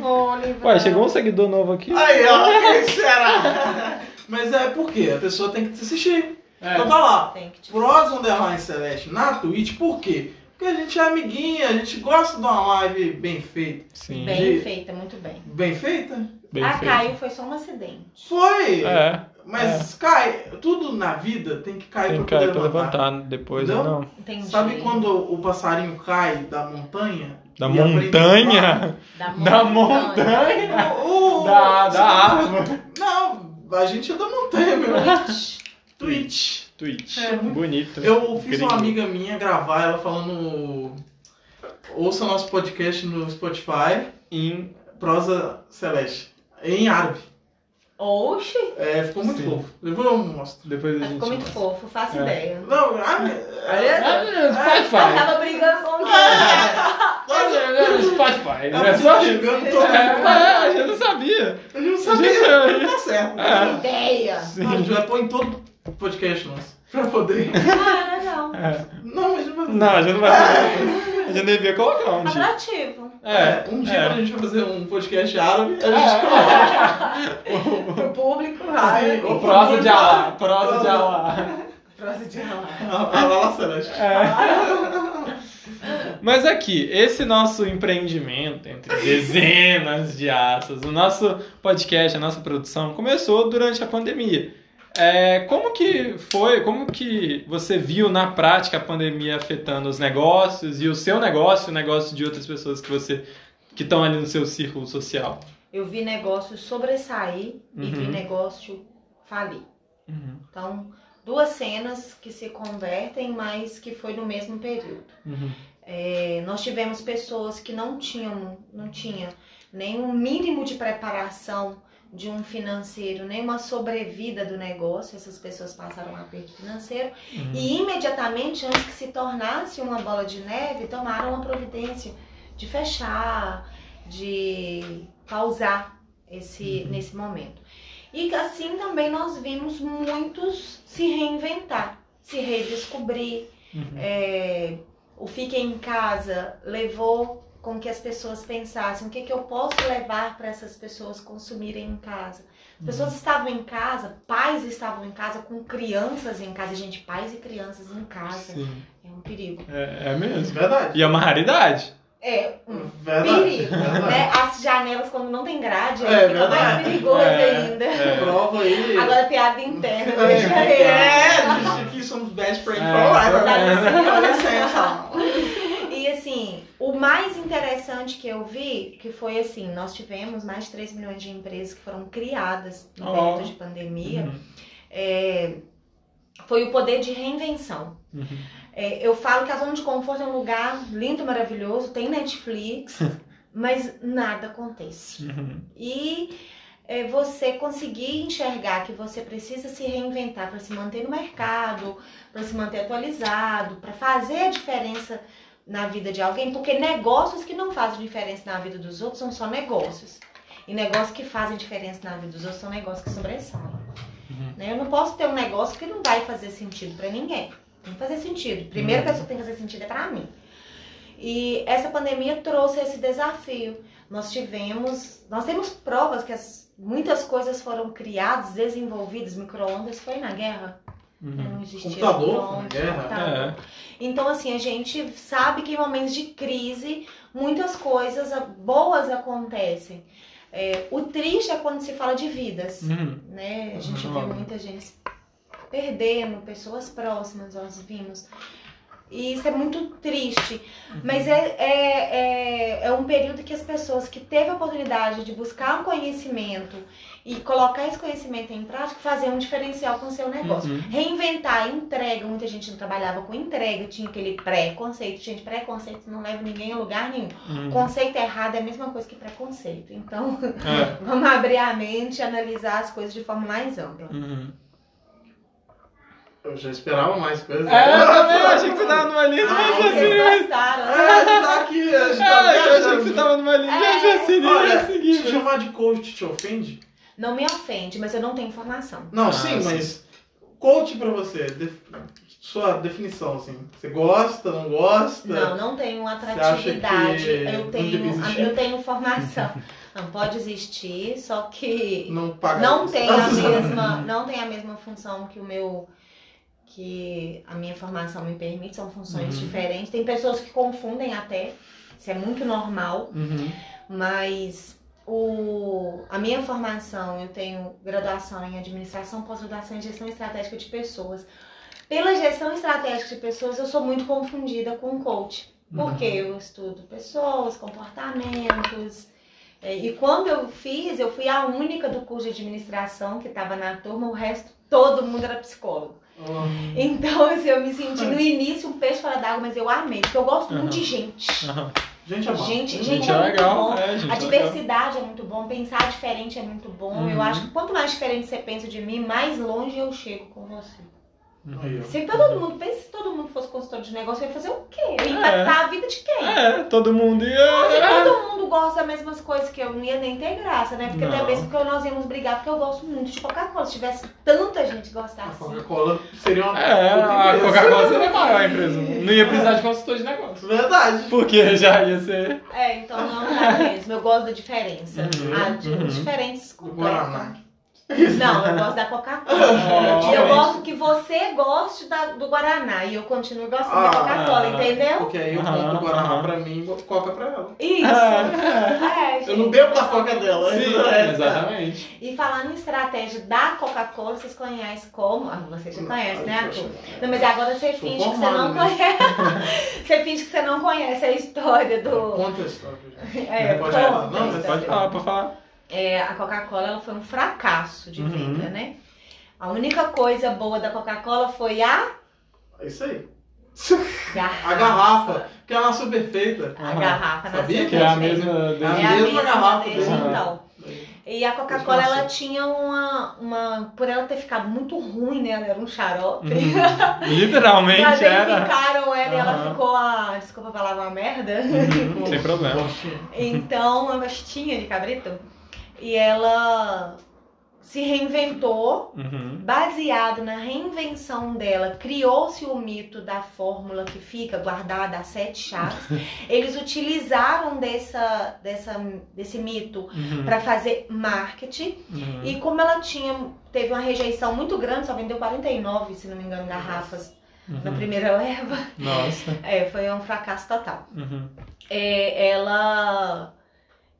Oliver. Ué, chegou um seguidor novo aqui. Aí, ó, quem será? Mas é porque a É, pessoa tem que te assistir. Então tá lá. Tem que te... Pros Underline Celeste na Twitch, por quê? Porque a gente é amiguinha, a gente gosta de uma live bem feita. Sim. Bem. Bem feita, muito bem. Bem feita? bem a feito. Caio foi só um acidente. Foi! É, Mas cai, tudo na vida tem que cair tem que pra cair poder pra levantar. levantar depois, Não? ou não? Entendi. Sabe quando o passarinho cai da montanha? Da E montanha? Da Da montanha? aprende- O- o- Da, você da tá- árvore. Não, a gente é da montanha, meu. Twitch. Twitch. É, muito- Bonito. Eu fiz uma Gringo. amiga minha gravar ela falando. Ouça nosso podcast no Spotify, Em- Prosa Celeste. Em árabe. Oxe, É, ficou muito Sim. fofo. Depois eu mostro. Depois a mas gente... ficou muito fofo, faço É. ideia. Não, ah, Ah, não, Eu Spotify. tava brigando com alguém. Ah, não, Spotify. Ela É só... tá xingando todo mundo. É, eu não sabia. Eu não sabia. Gente, Tá certo. É. ideia. Não, a gente vai pôr em todo podcast nosso. Pra poder. Ah, não. É. Não, mas não vai Não, a gente não vai fazer. A gente devia colocar um dia. Atrativo. É, um dia é. quando a gente vai fazer um podcast árabe, a gente coloca. Pro público, árabe. O prosa de Alá. Prosa de Alá. Prosa de ralar. A Lala Celeste. É. Mas aqui, esse nosso empreendimento entre dezenas de asas, o nosso podcast, a nossa produção, começou durante a pandemia. É, como que foi, como que você viu na prática a pandemia afetando os negócios e o seu negócio, o negócio de outras pessoas que você que estão ali no seu círculo social? Eu vi negócio sobressair e vi Uhum. negócio falir. Então, duas cenas que se convertem, mas que foi no mesmo período. Uhum. É, nós tivemos pessoas que não tinham, não tinha nem um mínimo de preparação de um financeiro, nem uma sobrevida do negócio. Essas pessoas passaram um aperto financeiro Uhum. e imediatamente antes que se tornasse uma bola de neve, tomaram uma providência de fechar, de pausar esse Uhum. nesse momento. E assim também nós vimos muitos se reinventar, se redescobrir, Uhum. é, o fiquem em casa levou com que as pessoas pensassem o que, que eu posso levar para essas pessoas consumirem em casa. As Uhum. Uhum. pessoas estavam em casa, pais estavam em casa, com crianças em casa. Gente, pais e crianças em casa Sim. é um perigo. É, é mesmo. Verdade. E é uma raridade. É hum. um Verdade. perigo, né? As janelas, quando não tem grade, aí É fica mais verdade. perigoso É, ainda. É. Prova aí. Agora, piada interna. É, deixa aí. é, diz que somos best friends tá É, for life. é. Dá licença. E assim, o mais interessante que eu vi, que foi assim, nós tivemos mais de 3 milhões de empresas que foram criadas no Oh. período de pandemia, Uhum. é, foi o poder de reinvenção. Uhum. É, eu falo que a zona de conforto é um lugar lindo, maravilhoso, tem Netflix, mas nada acontece. Uhum. E é, você conseguir enxergar que você precisa se reinventar para se manter no mercado, para se manter atualizado, para fazer a diferença na vida de alguém, porque negócios que não fazem diferença na vida dos outros são só negócios. E negócios que fazem diferença na vida dos outros são negócios que sobressaem. Uhum. né? Eu não posso ter um negócio que não vai fazer sentido para ninguém. Tem que fazer sentido. Primeira Uhum. pessoa que tem que fazer sentido é para mim. E essa pandemia trouxe esse desafio. Nós tivemos, nós temos provas que as- muitas coisas foram criadas, desenvolvidas. Micro-ondas foi na guerra, né? Uhum. não existia Computador, foi na micro-ondas, guerra. computador. É. Então, assim, a gente sabe que em momentos de crise, muitas coisas ah, boas acontecem. É, o triste é quando se fala de vidas Uhum. né? A gente Uhum. viu muita gente perdendo, pessoas próximas, nós vimos. E isso é muito triste. Uhum. Mas é, é, é, é um período que as pessoas que teve a oportunidade de buscar um conhecimento e colocar esse conhecimento em prática, fazer um diferencial com o seu negócio. Uhum. Reinventar a entrega, muita gente não trabalhava com entrega, tinha aquele pré-conceito. Gente, pré-conceito não leva ninguém a lugar nenhum. Uhum. Conceito errado é a mesma coisa que preconceito. Então, É. Vamos abrir a mente e analisar as coisas de forma mais ampla. Uhum. Eu já esperava mais coisas. É, eu também achei que você tava numa linha de Ai, vocês raciocínio. gostaram. É, a gente tá aqui, a gente tá É, eu achei que você viajando. tava numa linha É. de raciocínio e ia Olha, te seguindo. chamar de coach te ofende? Não me ofende, mas eu não tenho informação. Não, Ah, sim, sim. mas coach pra você, def- sua definição, assim. Você gosta, não gosta? Não, não tenho acha que atratividade. Eu não devia tenho, existir? eu tenho formação. Não pode existir, só que Não paga não isso. tem a mesma, não tem a mesma função que o meu que a minha formação me permite, são funções Uhum. diferentes. Tem pessoas que confundem até, isso é muito normal, Uhum. mas o, a minha formação, eu tenho graduação em administração, pós-graduação em gestão estratégica de pessoas. Pela gestão estratégica de pessoas, eu sou muito confundida com coach. Porque eu estudo pessoas, comportamentos. é, E quando eu fiz, eu fui a única do curso de administração que estava na turma, o resto todo mundo era psicólogo. Ó, Então, assim, eu me senti no início um peixe fora d'água, mas eu amei, porque eu gosto muito de Aham. gente. Aham. Gente, é bom. Gente, Gente, é é muito legal. bom. É, gente, A é legal. diversidade é muito bom, pensar diferente é muito bom. Uhum. Eu acho que quanto mais diferente você pensa de mim, mais longe eu chego com você. Uhum. Aí, ó. Se todo mundo, pensa se todo mundo fosse consultor de negócio, eu ia fazer o quê? Eu É. ia impactar a vida de quem? É, todo mundo ia. Se todo mundo gosta das mesmas coisas que eu, não ia nem ter graça, né? Porque Não. até mesmo porque nós íamos brigar, porque eu gosto muito de Coca-Cola. Se tivesse tanta gente que A gostasse. Coca-Cola seria uma. É, puta a empresa. É Coca-Cola seria a maior empresa. Não ia precisar de consultor de negócio. Verdade. Porque já ia ser. É, então não dá mesmo. Eu gosto da diferença. Uhum. Ah, de, Uhum. Diferentes Do completam. Guaraná. Não, eu gosto da Coca-Cola. Ah, E eu realmente. gosto que você goste da- do Guaraná. E eu continuo gostando Ah. da Coca-Cola, entendeu? Porque aí eu Aham, compro o Guaraná aham. pra mim e Coca pra ela. Isso. Ah, É, Eu gente, não bebo da pessoal. Coca dela. Sim, É, exatamente. E falando em estratégia da Coca-Cola, vocês conhecem como? Ah, você já conhece, né, Arthur? Não, mas agora você Sou finge que você formado não conhece. você finge que você não conhece a história do. Conta a história, gente. É, tá. Não pode conta falar, não, a mas história. Pode falar, pode falar. É, a Coca-Cola ela foi um fracasso de Uhum. venda, né? A única coisa boa da Coca-Cola foi a É isso aí. garrafa. A garrafa, que é uma super feita. A garrafa na Sabia Que é a cerveja. mesma. É a É a mesma mesma garrafa desde dele. então. É. E a Coca-Cola, Nossa. ela tinha uma, uma. Por ela ter ficado muito ruim, né? Ela era um xarope. Uhum. Literalmente era. Uhum. ficaram ela e Aham. ela ficou a. Desculpa a palavra, uma merda. Uhum, Sem problema. Gostinho. Então, uma pastinha de cabrito. E ela se reinventou, Uhum. baseado na reinvenção dela, criou-se o mito da fórmula que fica guardada a sete chaves. Eles utilizaram dessa, dessa, desse mito Uhum. para fazer marketing. Uhum. E como ela tinha teve uma rejeição muito grande, só vendeu 49, se não me engano, garrafas na Uhum. primeira leva. Nossa. É, foi um fracasso total. Uhum. É, ela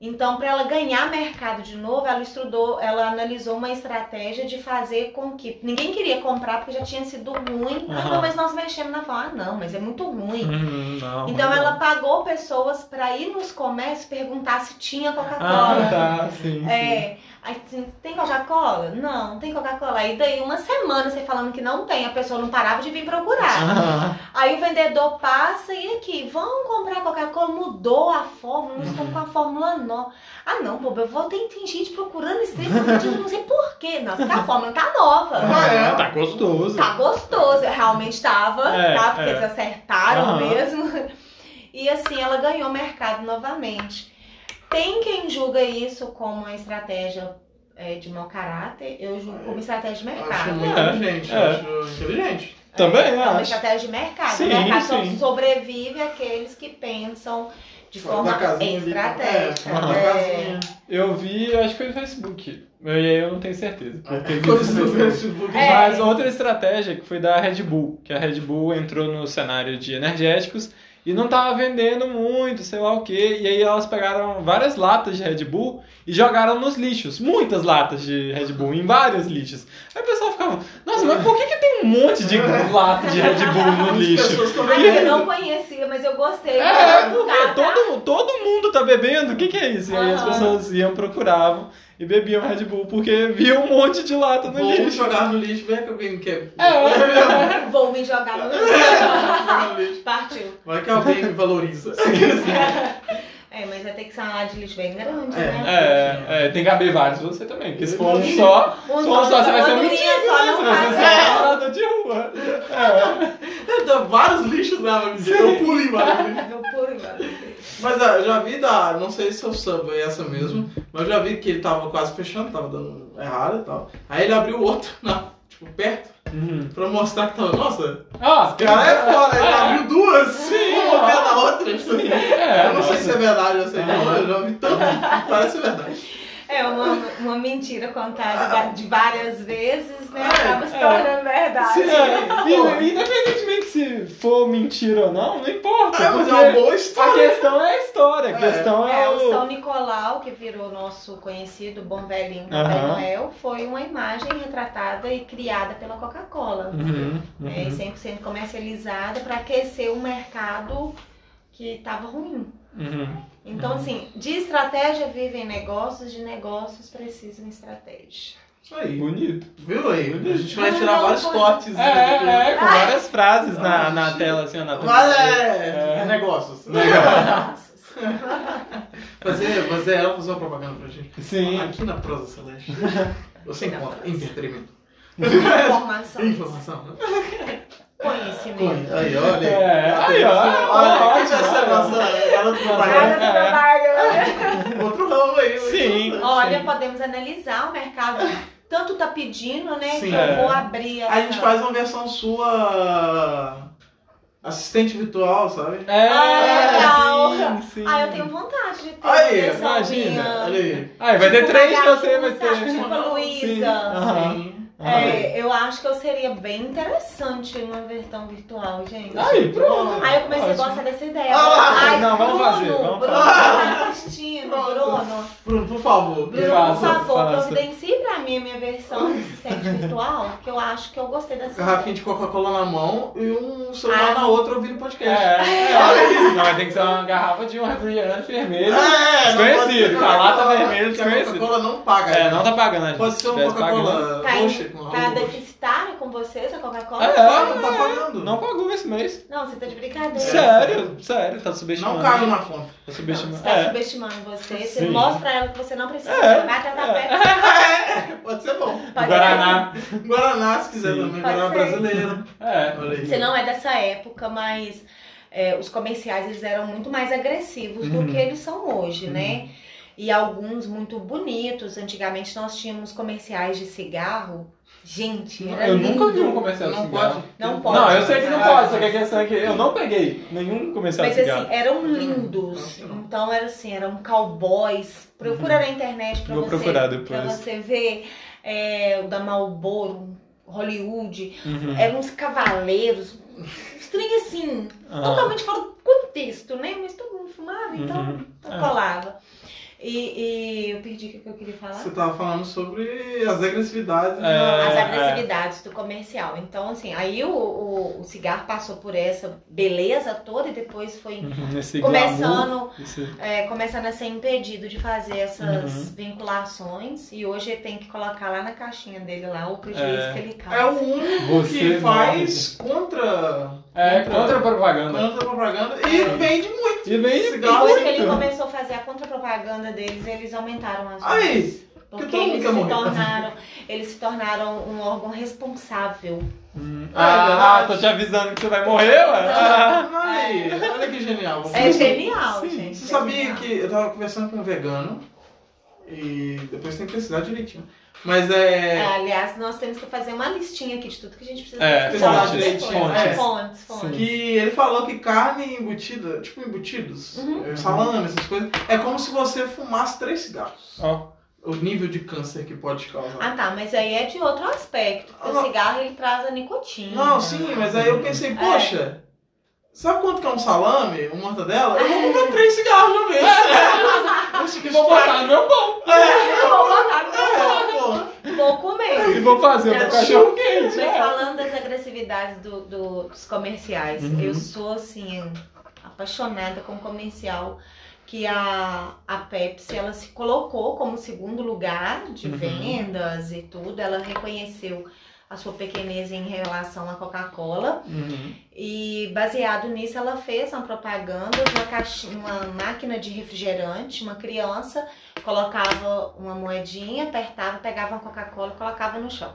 então para ela ganhar mercado de novo ela estudou ela analisou uma estratégia de fazer com que ninguém queria comprar porque já tinha sido ruim ah Aham. não mas nós mexemos na forma ah não mas é muito ruim Uhum. Não, então mas ela pagou pessoas para ir nos comércios perguntar se tinha Coca-Cola Ah, tá, sim. sim. é, aí assim, tem Coca-Cola? Não, tem Coca-Cola. Aí daí uma semana você falando que não tem, a pessoa não parava de vir procurar. Ah, Aí o vendedor passa e aqui, vão comprar Coca-Cola, mudou a fórmula, nós estamos com a fórmula nova. Ah não, bobo, eu vou tem, tem gente procurando esse trem, eu não sei porquê. Não, porque a fórmula tá nova. Ah, é? tá gostoso. Tá gostoso, eu realmente tava, É, tá? é. Porque eles acertaram Aham. mesmo. E assim, ela ganhou mercado novamente. Tem quem julga isso como uma estratégia é, de mau caráter, eu julgo como estratégia de Acho mercado. muito É, inteligente. é. Acho inteligente. Também, é, acho. uma estratégia de mercado. né? Sim, o mercado só sim. sobrevive aqueles que pensam de Fora forma da casinha ali. É, estratégica. fora da É. casinha. Eu vi, eu acho que foi no Facebook. Eu, eu não tenho certeza. Porque vi Coisas no do Facebook. Facebook. É. Mas outra estratégia que foi da Red Bull, que a Red Bull entrou no cenário de energéticos e não tava vendendo muito, sei lá o quê. E aí elas pegaram várias latas de Red Bull e jogaram nos lixos. Muitas latas de Red Bull, em vários lixos. Aí o pessoal ficava, nossa, mas por que, que tem um monte de lata de Red Bull no Muitas lixo? pessoas estão Ai, eu vendendo. não conhecia, mas eu gostei. É, Vou porque procurar, tá? todo, todo mundo tá bebendo, o que, que é isso? E aí as Aham. pessoas iam, procuravam e bebiam Red Bull porque viam um monte de lata no Vou lixo. jogar no lixo, vê que alguém quer. É. Vou me jogar no Jogar no lixo. Partiu. Vai que alguém me valoriza. É, mas vai ter que ser uma lata de lixo bem grande, É. né? É, é, tem que abrir vários você também, porque se for um só, se for um só você vai ser Andorinha mentira, só né? não Você vai ser faz só nada. uma lata de rua. É. Dá vários lixos na vida. Eu pulei vários lixos. Eu pulo, mano. Mas ah, eu já vi da. Não sei se é o Subway essa mesmo, mas eu já vi que ele tava quase fechando, tava dando errado e tal. Aí ele abriu outro, na, tipo, perto, pra mostrar que tava. Nossa, Uhum. Ah, esse cara é foda, ele Ah, abriu duas, uma perto da outra. tipo assim. é, eu não sei se é nossa. verdade, eu sei Ah. não, eu já vi tanto, que parece verdade. É uma, uma mentira contada Ah. va- de várias vezes, né? É, Acaba se tornando verdade. Se, é, e- independentemente se for mentira ou não, não importa. É, mas é porque uma boa história. a questão é a história, a É. questão é, É, o São o. Nicolau, que virou nosso conhecido bom velhinho Papai Aham. Noel, foi uma imagem retratada e criada pela Coca-Cola. Uhum, uhum. É, e 100% comercializada para aquecer o mercado que estava ruim. Uhum. Então, assim, de estratégia vivem negócios, de negócios precisam de estratégia. Isso aí. Bonito. Viu aí? A gente vai Não, tirar não, vários foi- cortes. né? É, é, é, com várias frases na, Ah, na sim. tela, assim, ó, na Mas televisão. é, É. é negócios. Negócios. Fazer, fazer ela fazer uma propaganda pra gente. Sim. Aqui na Prosa Celeste. Você encontra entretenimento. Informações. Informação. né? Conhecimento. Aí, olha. É, aí, ó, Olha, quem vai ótimo, ser a nossa ela do Nada propaganda? do trabalho. né? Outro ramo aí. né? Sim. Olha, podemos analisar o mercado. Tanto tá pedindo, né? Sim. que eu vou É. abrir essa... A gente faz uma versão sua assistente virtual, sabe? É, Ah, legal. sim, sim. Ah, eu tenho vontade de ter Aí, uma versão imagina. minha. Olha aí. Aí, vai ter Tipo três Magalu, você, vai ter. sabe? Tipo Sim. Luísa. Aham. Sim. É, eu acho que eu seria bem interessante numa versão virtual, gente. Aí, pronto. Aí eu comecei Ótimo. a gostar dessa ideia. Ah, Ai, não, vamos Bruno, fazer, vamos Bruno, fazer. tá assistindo, Pronto. Bruno. Bruno, por favor. Bruno, Faça, por favor, faça. providencie pra mim a minha versão de assistente virtual, que eu acho que eu gostei dessa Garrafinha ideia. de Coca-Cola na mão e um celular Ah. na outra ouvindo É, podcast. é. Não, mas tem que ser uma garrafa de um refrigerante É, vermelho. não pode Desconhecido, ser com a lata vermelha, que A desconhecido. Coca-Cola não paga. É, não tá pagando, né? Pode ser um Tivesse pagando. Coca-Cola Tá, em- roxa com Tá algo. deficitário com vocês a Coca-Cola? É, é. Paga, não tá pagando. Não pagou esse mês. Não, você tá de brincadeira. Sério, sério, tá subestimando. Não caiu na conta. Tá Não, subestimando. você tá É. subestimando você. Você Sim. mostra pra ela que você não precisa. É. Vai tratar É. pé. Pode ser bom. Pode Guaraná. Guaraná, se quiser Sim. também. Pode Guaraná ser. brasileiro. É. Olha aí. Você não é dessa época, mas é, os comerciais eles eram muito mais agressivos Uhum. do que eles são hoje, né? E alguns muito bonitos. Antigamente nós tínhamos comerciais de cigarro. Gente, era Eu é lindo. nunca vi um comercial de Não cigarro. pode. Não pode. Não, eu sei que não Ah, pode, só que a questão é que eu não peguei nenhum comercial Mas de cigarro. assim, eram lindos. Não, não. Então era assim, eram cowboys. Procura na internet pra Vou você. procurar depois. Pra você ver é, o da Marlboro, Hollywood. Uhum. Eram uns cavaleiros. Uns trem assim, Ah. totalmente fora do contexto, né? Mas todo mundo fumava, então Uhum. então É. colava. E, e eu perdi o que eu queria falar. Você tava falando sobre as agressividades. É, da- As é. agressividades do comercial. Então, assim, aí o, o, o cigarro passou por essa beleza toda e depois foi Uhum, esse glamour, começando, esse- é, começando a ser impedido de fazer essas Uhum. vinculações. E hoje ele tem que colocar lá na caixinha dele lá o prejuízo É. que ele causa. É o único Você que faz contra, É, contra a propaganda. contra a propaganda e É. vende muito. E vem Cigarro Depois que muito. ele começou a fazer a contrapropaganda deles, eles aumentaram as Aí, Porque Porque todo mundo eles quer se, morrer. tornaram, eles se tornaram um órgão responsável. Hum. Ah, Ah, tô te avisando que você vai morrer, ué. Ah. aí, olha que genial. É Você, genial, Sim. gente. você é sabia genial. que eu tava conversando com um vegano e depois tem que pesquisar direitinho. Mas é. É, aliás, nós temos que fazer uma listinha aqui de tudo que a gente precisa É, pesquisar fontes, depois. fontes. É, fontes, fontes. Que ele falou que carne embutida, tipo embutidos, Uhum. eh, salame, essas coisas, é como se você fumasse três cigarros. Ó. O nível de câncer que pode causar. Ah tá, mas aí é de outro aspecto. porque Não. o cigarro ele traz a nicotina. Ah. Não, sim, mas aí eu É. pensei, poxa, sabe quanto que é um salame, uma mortadela? Eu É. vou comprar três cigarros de uma vez. Acho que E vou botar no um meu pão. Eu vou botar É, pô. no- vou comer. E vou fazer o meu É, cachorro Mas quente. é. falando das agressividades do- do- dos comerciais, Uhum. eu sou assim, apaixonada com um comercial que a, a Pepsi ela se colocou como segundo lugar de Uhum. vendas e tudo. Ela reconheceu a sua pequenez em relação à Coca-Cola Uhum. e baseado nisso ela fez uma propaganda de uma, caixinha, uma máquina de refrigerante, uma criança colocava uma moedinha, apertava, pegava uma Coca-Cola e colocava no chão.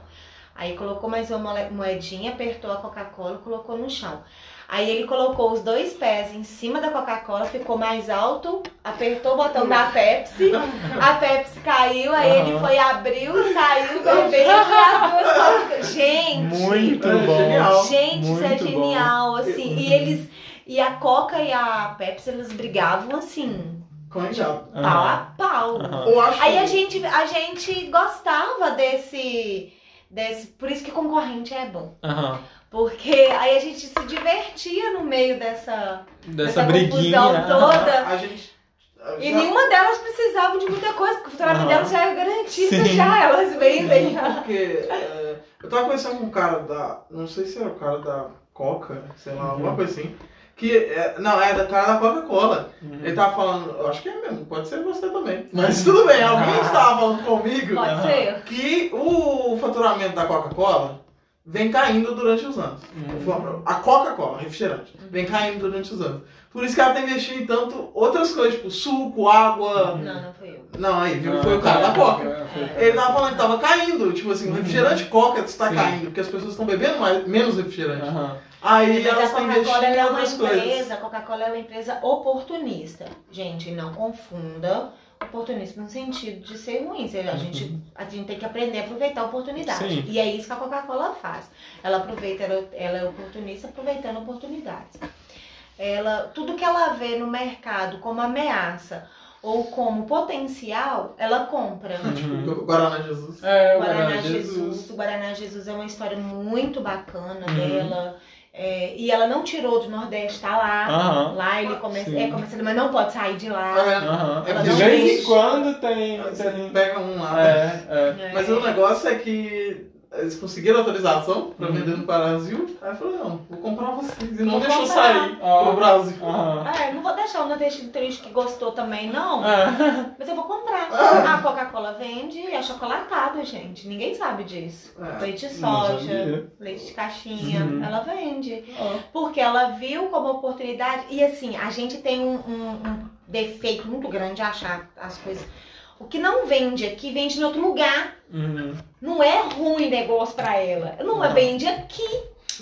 Aí colocou mais uma mole- moedinha, apertou a Coca-Cola e colocou no chão. Aí ele colocou os dois pés em cima da Coca-Cola, ficou mais alto, apertou o botão da Pepsi, a Pepsi caiu, aí ele Aham. foi, abriu, saiu, bebendo as duas Coca-Colas. Gente! Muito É bom. genial. Gente, isso é Muito bom. genial, assim. E eles. E a Coca e a Pepsi, elas brigavam assim. Conectado. pau Aham. a pau. Aham. Eu acho Aí a que- gente, a gente gostava desse, desse. Por isso que concorrente é bom. Aham. Porque aí a gente se divertia no meio dessa. Dessa Essa briguinha. confusão toda. a, a gente. já- E nenhuma delas precisava de muita coisa, porque o faturamento Aham. delas já é garantido, Sim. já elas vendem. um Porque é, eu tava conversando com um cara da. Não sei se era o cara da Coca, sei lá, alguma Uhum. coisa assim. Que. é, não, é do cara da Coca-Cola. Uhum. Ele tava falando, eu acho que é mesmo, pode ser você também. Mas tudo bem, alguém estava falando comigo Ah. né? Pode ser. que o faturamento da Coca-Cola vem caindo durante os anos. Uhum. A Coca-Cola, refrigerante, Uhum. vem caindo durante os anos. Por isso que ela tá investindo em tanto outras coisas, tipo suco, água. Não, não foi eu. Não, aí, Ah, viu? Foi o cara tá. da Coca. Ele tava falando que tava caindo, tipo assim, Uhum. o refrigerante Coca está Sim. caindo, porque as pessoas estão bebendo mais, menos refrigerante. Aham. Aí Uhum. Mas elas a estão Coca-Cola investindo ela em é uma outras coisas. empresa, a Coca-Cola é uma empresa oportunista. Gente, não confunda oportunista no sentido de ser ruim. Seja, a, Uhum. gente, a gente tem que aprender a aproveitar a oportunidade. Sim. E é isso que a Coca-Cola faz. Ela aproveita, ela, ela é oportunista aproveitando oportunidades. Ela, tudo que ela vê no mercado como ameaça ou como potencial, ela compra. Tipo, Guaraná Jesus. É, o Guaraná Jesus. O Guaraná Jesus é uma história muito bacana Uhum. dela. É, e ela não tirou do Nordeste, tá lá. Aham. Lá ele começa, Ah, Sim. é começando, mas não pode sair de lá. É, Aham. Ela De não vez em deixa. quando tem. Você tem- pega um lá. É, é. É. Mas o negócio é que eles conseguiram autorização pra Uhum. vender no Brasil. Aí eu falei, não, vou comprar vocês. E não Vou deixou comprar. sair pro Ah, Brasil. Aham. Ah, eu não vou deixar o nordestino triste que gostou também, não. Ah, Mas eu vou comprar. A Coca-Cola vende, é chocolatado, gente. Ninguém sabe disso. É. Leite de não soja, sabia. leite de caixinha, Uhum. ela vende. É. Ó. Porque ela viu como oportunidade. E assim, a gente tem um, um- um defeito muito grande de achar as coisas. O que não vende aqui, vende em outro lugar. Uhum. Não é ruim negócio pra ela. Não, Não. vende aqui.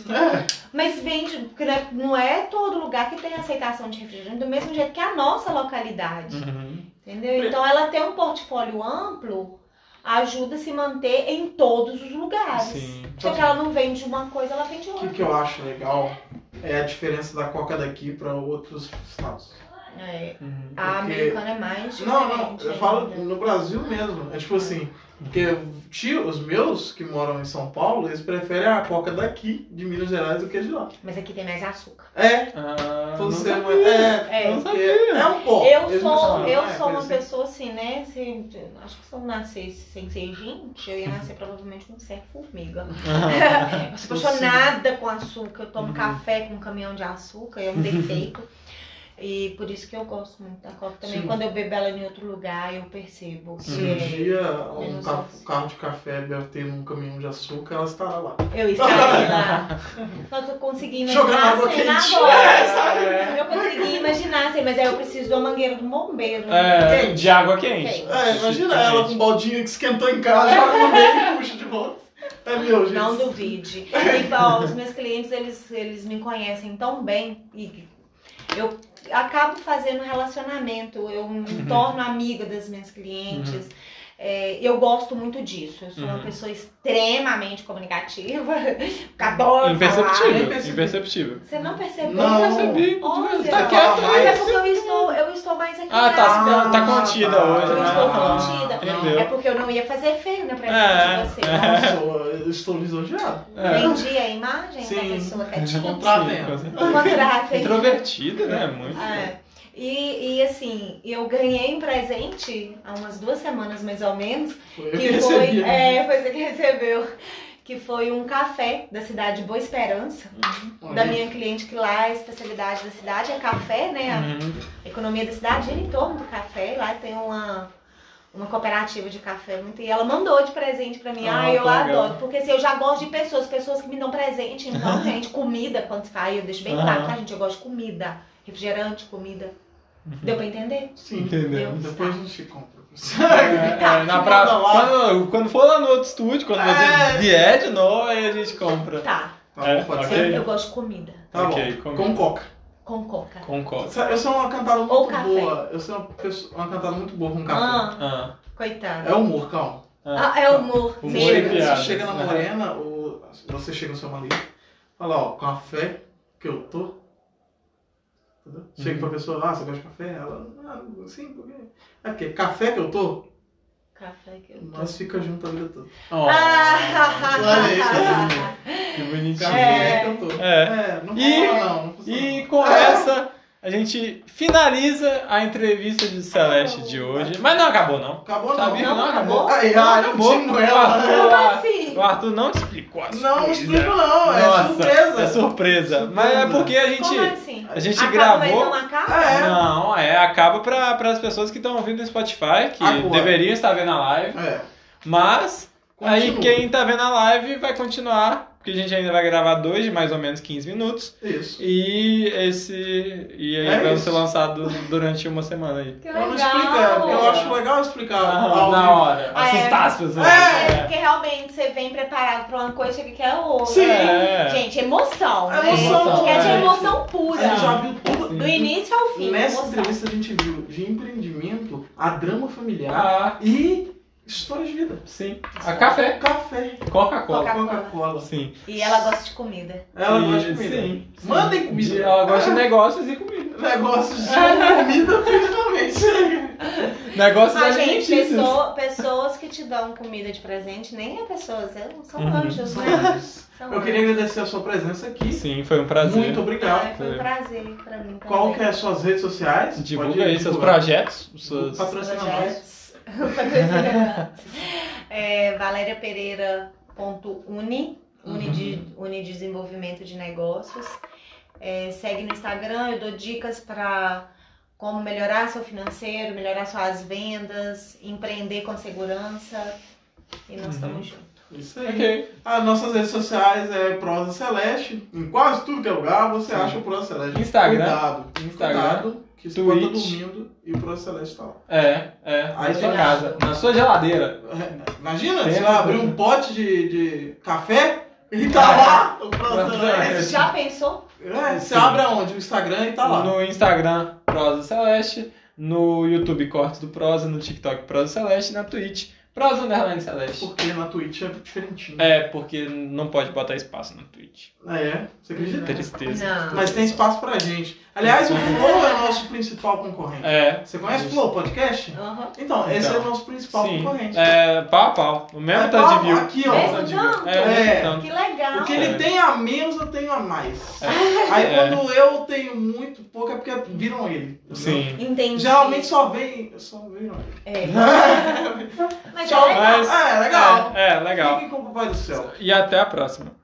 É. Mas vende, porque não é- não é todo lugar que tem aceitação de refrigerante, do mesmo jeito que a nossa localidade. Uhum. Entendeu? Então ela ter um portfólio amplo ajuda a se manter em todos os lugares. Sim. Só que ela não vende uma coisa, ela O vende que, outra. que eu acho legal é a diferença da Coca daqui pra outros estados. É, Uhum. A Porque- americana é mais Não, não, diferente eu falo ainda. no Brasil mesmo. É tipo assim, porque tio, os meus que moram em São Paulo, eles preferem a Coca daqui, de Minas Gerais, do que de lá. Mas aqui tem mais açúcar. É, Ah, todo não ser humano- sabia. é, É. Não porque sabia. é um pó. eu Eles não sou, são, eu não é? sou uma Coisa assim. pessoa assim, né? se- acho que se eu nascesse sem ser gente, eu ia nascer provavelmente com um ser formiga. Eu sou apaixonada com açúcar, eu tomo Uhum. café com um caminhão de açúcar, é um defeito. E por isso que eu gosto muito da Coca também. Sim. Quando eu bebo ela em outro lugar, eu percebo que Se um dia um Menos ca- isso. carro de café bater num caminhão de açúcar, ela estará lá. eu estarei lá. Só tô conseguindo Jogando imaginar água a cena quente. agora. É, Eu consegui imaginar, assim, mas aí eu preciso de uma mangueira do bombeiro. né? é, de água quente. Quente. É, imagina ela com um baldinho que esquentou em casa, joga no meio e puxa de volta. É meu, gente. Não duvide. É. E, ó, os meus clientes, eles, eles me conhecem tão bem e eu acabo fazendo relacionamento, eu Uhum. me torno amiga das minhas clientes. É, eu gosto muito disso. Eu sou uma Uhum. pessoa extremamente comunicativa. Adoro falar. Imperceptível, imperceptível. Você não percebeu? Não. Eu percebi. Olha, Tá quieto, mas é né? porque eu estou, eu estou mais aqui. Ah, tá, em casa. tá contida hoje. Eu né? estou Ah, contida. Entendeu? É porque eu não ia fazer feio na presença É. de você. Nossa, eu estou lisonjeado. É. Vendi a imagem Sim. da pessoa é quietinha. Contratem Sim, ela. com certeza. Contrata. Introvertida, né? Muito. É. E, e assim, eu ganhei um presente há umas duas semanas mais ou menos. Foi eu que que foi. recebi. É, foi você que recebeu. Que foi um café da cidade Boa Esperança, da minha cliente, que lá é a especialidade da cidade é café, né? A Uhum. economia da cidade gira em torno do café. Lá tem uma, uma cooperativa de café. muito- E ela mandou de presente pra mim. Ah, Ah, eu que legal. adoro. Porque assim, eu já gosto de pessoas, pessoas que me dão presente. Então, gente, comida quando sai, eu deixo bem claro, Aham. Uhum. tá, gente? Eu gosto de comida. Refrigerante, comida. Deu pra entender? Sim, Entendeu? depois a gente Tá compra. É, é, na pra... Manda lá. quando, quando for lá no outro estúdio, quando Tá É. você vier de novo, aí a gente compra. Tá. Tá É, bom, pode ok. ser? Eu gosto de comida. Tá Ok, bom. combina. Com coca. Com coca. Com copo. Eu sou uma cantada muito Ou café. boa. Eu sou uma, pessoa, uma cantada muito boa com café. Ah, Ah, coitada. É humor, calma. ah. Ah, é humor. Humor Meu. e Chega, piada. você chega na Aham. morena, ou você chega no seu marido, fala, ó, café que eu tô, Entendeu? Chega pra pessoa lá, você gosta de café? Ela, ah, sim, por quê? É porque café que eu tô, Café que eu Ah, nós fica junto a vida toda. Oh, olha assim? isso. que bonitinho. Café que eu tô. É. não E- funciona não, não funciona. E com essa, a gente finaliza a entrevista de Celeste de hoje. Mas não acabou, não. Acabou Tá não. vivo, não. não acabou. Aí, Não ah, acabou. não digo ela. O Arthur, assim? o Arthur não te explicou as Não, não coisas. explico não, é Nossa, surpresa. É surpresa. Mas é Surpresa. porque a gente. Como assim? A gente Acaba, mas gravou. não acaba? Ah, é. Não, é, acaba para as pessoas que estão ouvindo no Spotify, que Agora. deveriam estar vendo a live, É. mas aí Continua. quem tá vendo a live vai continuar, porque a gente ainda vai gravar dois de mais ou menos 15 minutos, Isso. e esse e aí É vai isso. ser lançado durante uma semana aí. Que Eu legal. não explico, é, porque eu acho legal explicar Ah, ao na vivo. hora, Ah, é. assustar as pessoas. É, É. porque realmente você vem preparado pra uma coisa que quer outra. Sim. É. Gente, emoção. É né? emoção, Podcast é gente. emoção A pura. gente já viu tudo. Do início ao fim. Nessa emoção. entrevista a gente viu de empreendimento a drama familiar Ah, e história de vida. sim. A café, Café, Coca-Cola. Coca-Cola. Coca-Cola. Sim. E ela gosta de comida. Ela E- gosta de comida. Sim. sim. Mandem De- comida. Ah. Ela gosta de negócios e comida. Negócios de comida principalmente. Negócios é Ah, gente, alimentícios. pessoa- pessoas que te dão comida de presente nem é pessoas, é- são Uhum. anjos, né? São Eu queria agradecer a sua presença aqui. Sim, foi um prazer. Muito obrigado. Ai, É. foi um prazer pra mim também. Qual que é as suas redes sociais? Divulga Pode aí seus divulgar. projetos, suas... Patrocina nós. Projetos. Patrocinadores. é, Valéria Pereira ponto uni, uni, de, Uhum. uni de desenvolvimento de negócios. É, segue no Instagram, eu dou dicas para como melhorar seu financeiro, melhorar suas vendas, empreender com segurança. E nós Uhum. estamos juntos. Isso aí. Ok. As nossas redes sociais é Prosa Celeste. Em quase tudo que é lugar você Sim. acha o Prosa Celeste. Instagram. Cuidado. Instagram. Cuidado, que você pode estar Twitch. dormindo e o Prosa Celeste tá lá. É, é. na Aí sua tem- casa, na sua geladeira. Imagina, Tem sei lá, essa abrir coisa. um pote de, de café e tá lá o Prosa Prosa Celeste. Celeste. Já pensou? É, Sim. você abre aonde? O Instagram e tá lá. No Instagram, Prosa Celeste. No YouTube, Cortes do Prosa. No TikTok, Prosa Celeste. Na Twitch, Prosa Underline Celeste. Porque na Twitch é diferentinho. É, porque não pode botar espaço na Twitch. É, é? você acredita? Tristeza. Não. Mas tem espaço pra gente. Aliás, o Flow é o nosso principal concorrente. É, Você conhece o Flow Podcast? Aham. Então, esse é Então. o nosso principal sim. concorrente. É, pau a pau. O mesmo É, tanto de pau, view. aqui, ó. Mesmo tanto de view. Mesmo É, mesmo É. tanto. Que legal. O que ele É. tem a menos, eu tenho a mais. É. Aí É. quando eu tenho muito pouco, é porque viram ele. entendeu? Sim. Entendi. Geralmente só vem. Só viram ele. É. Tchau. Mas é legal. Mas- Ah, é legal. É, é, legal. Fiquem com o Papai do Céu. E até a próxima.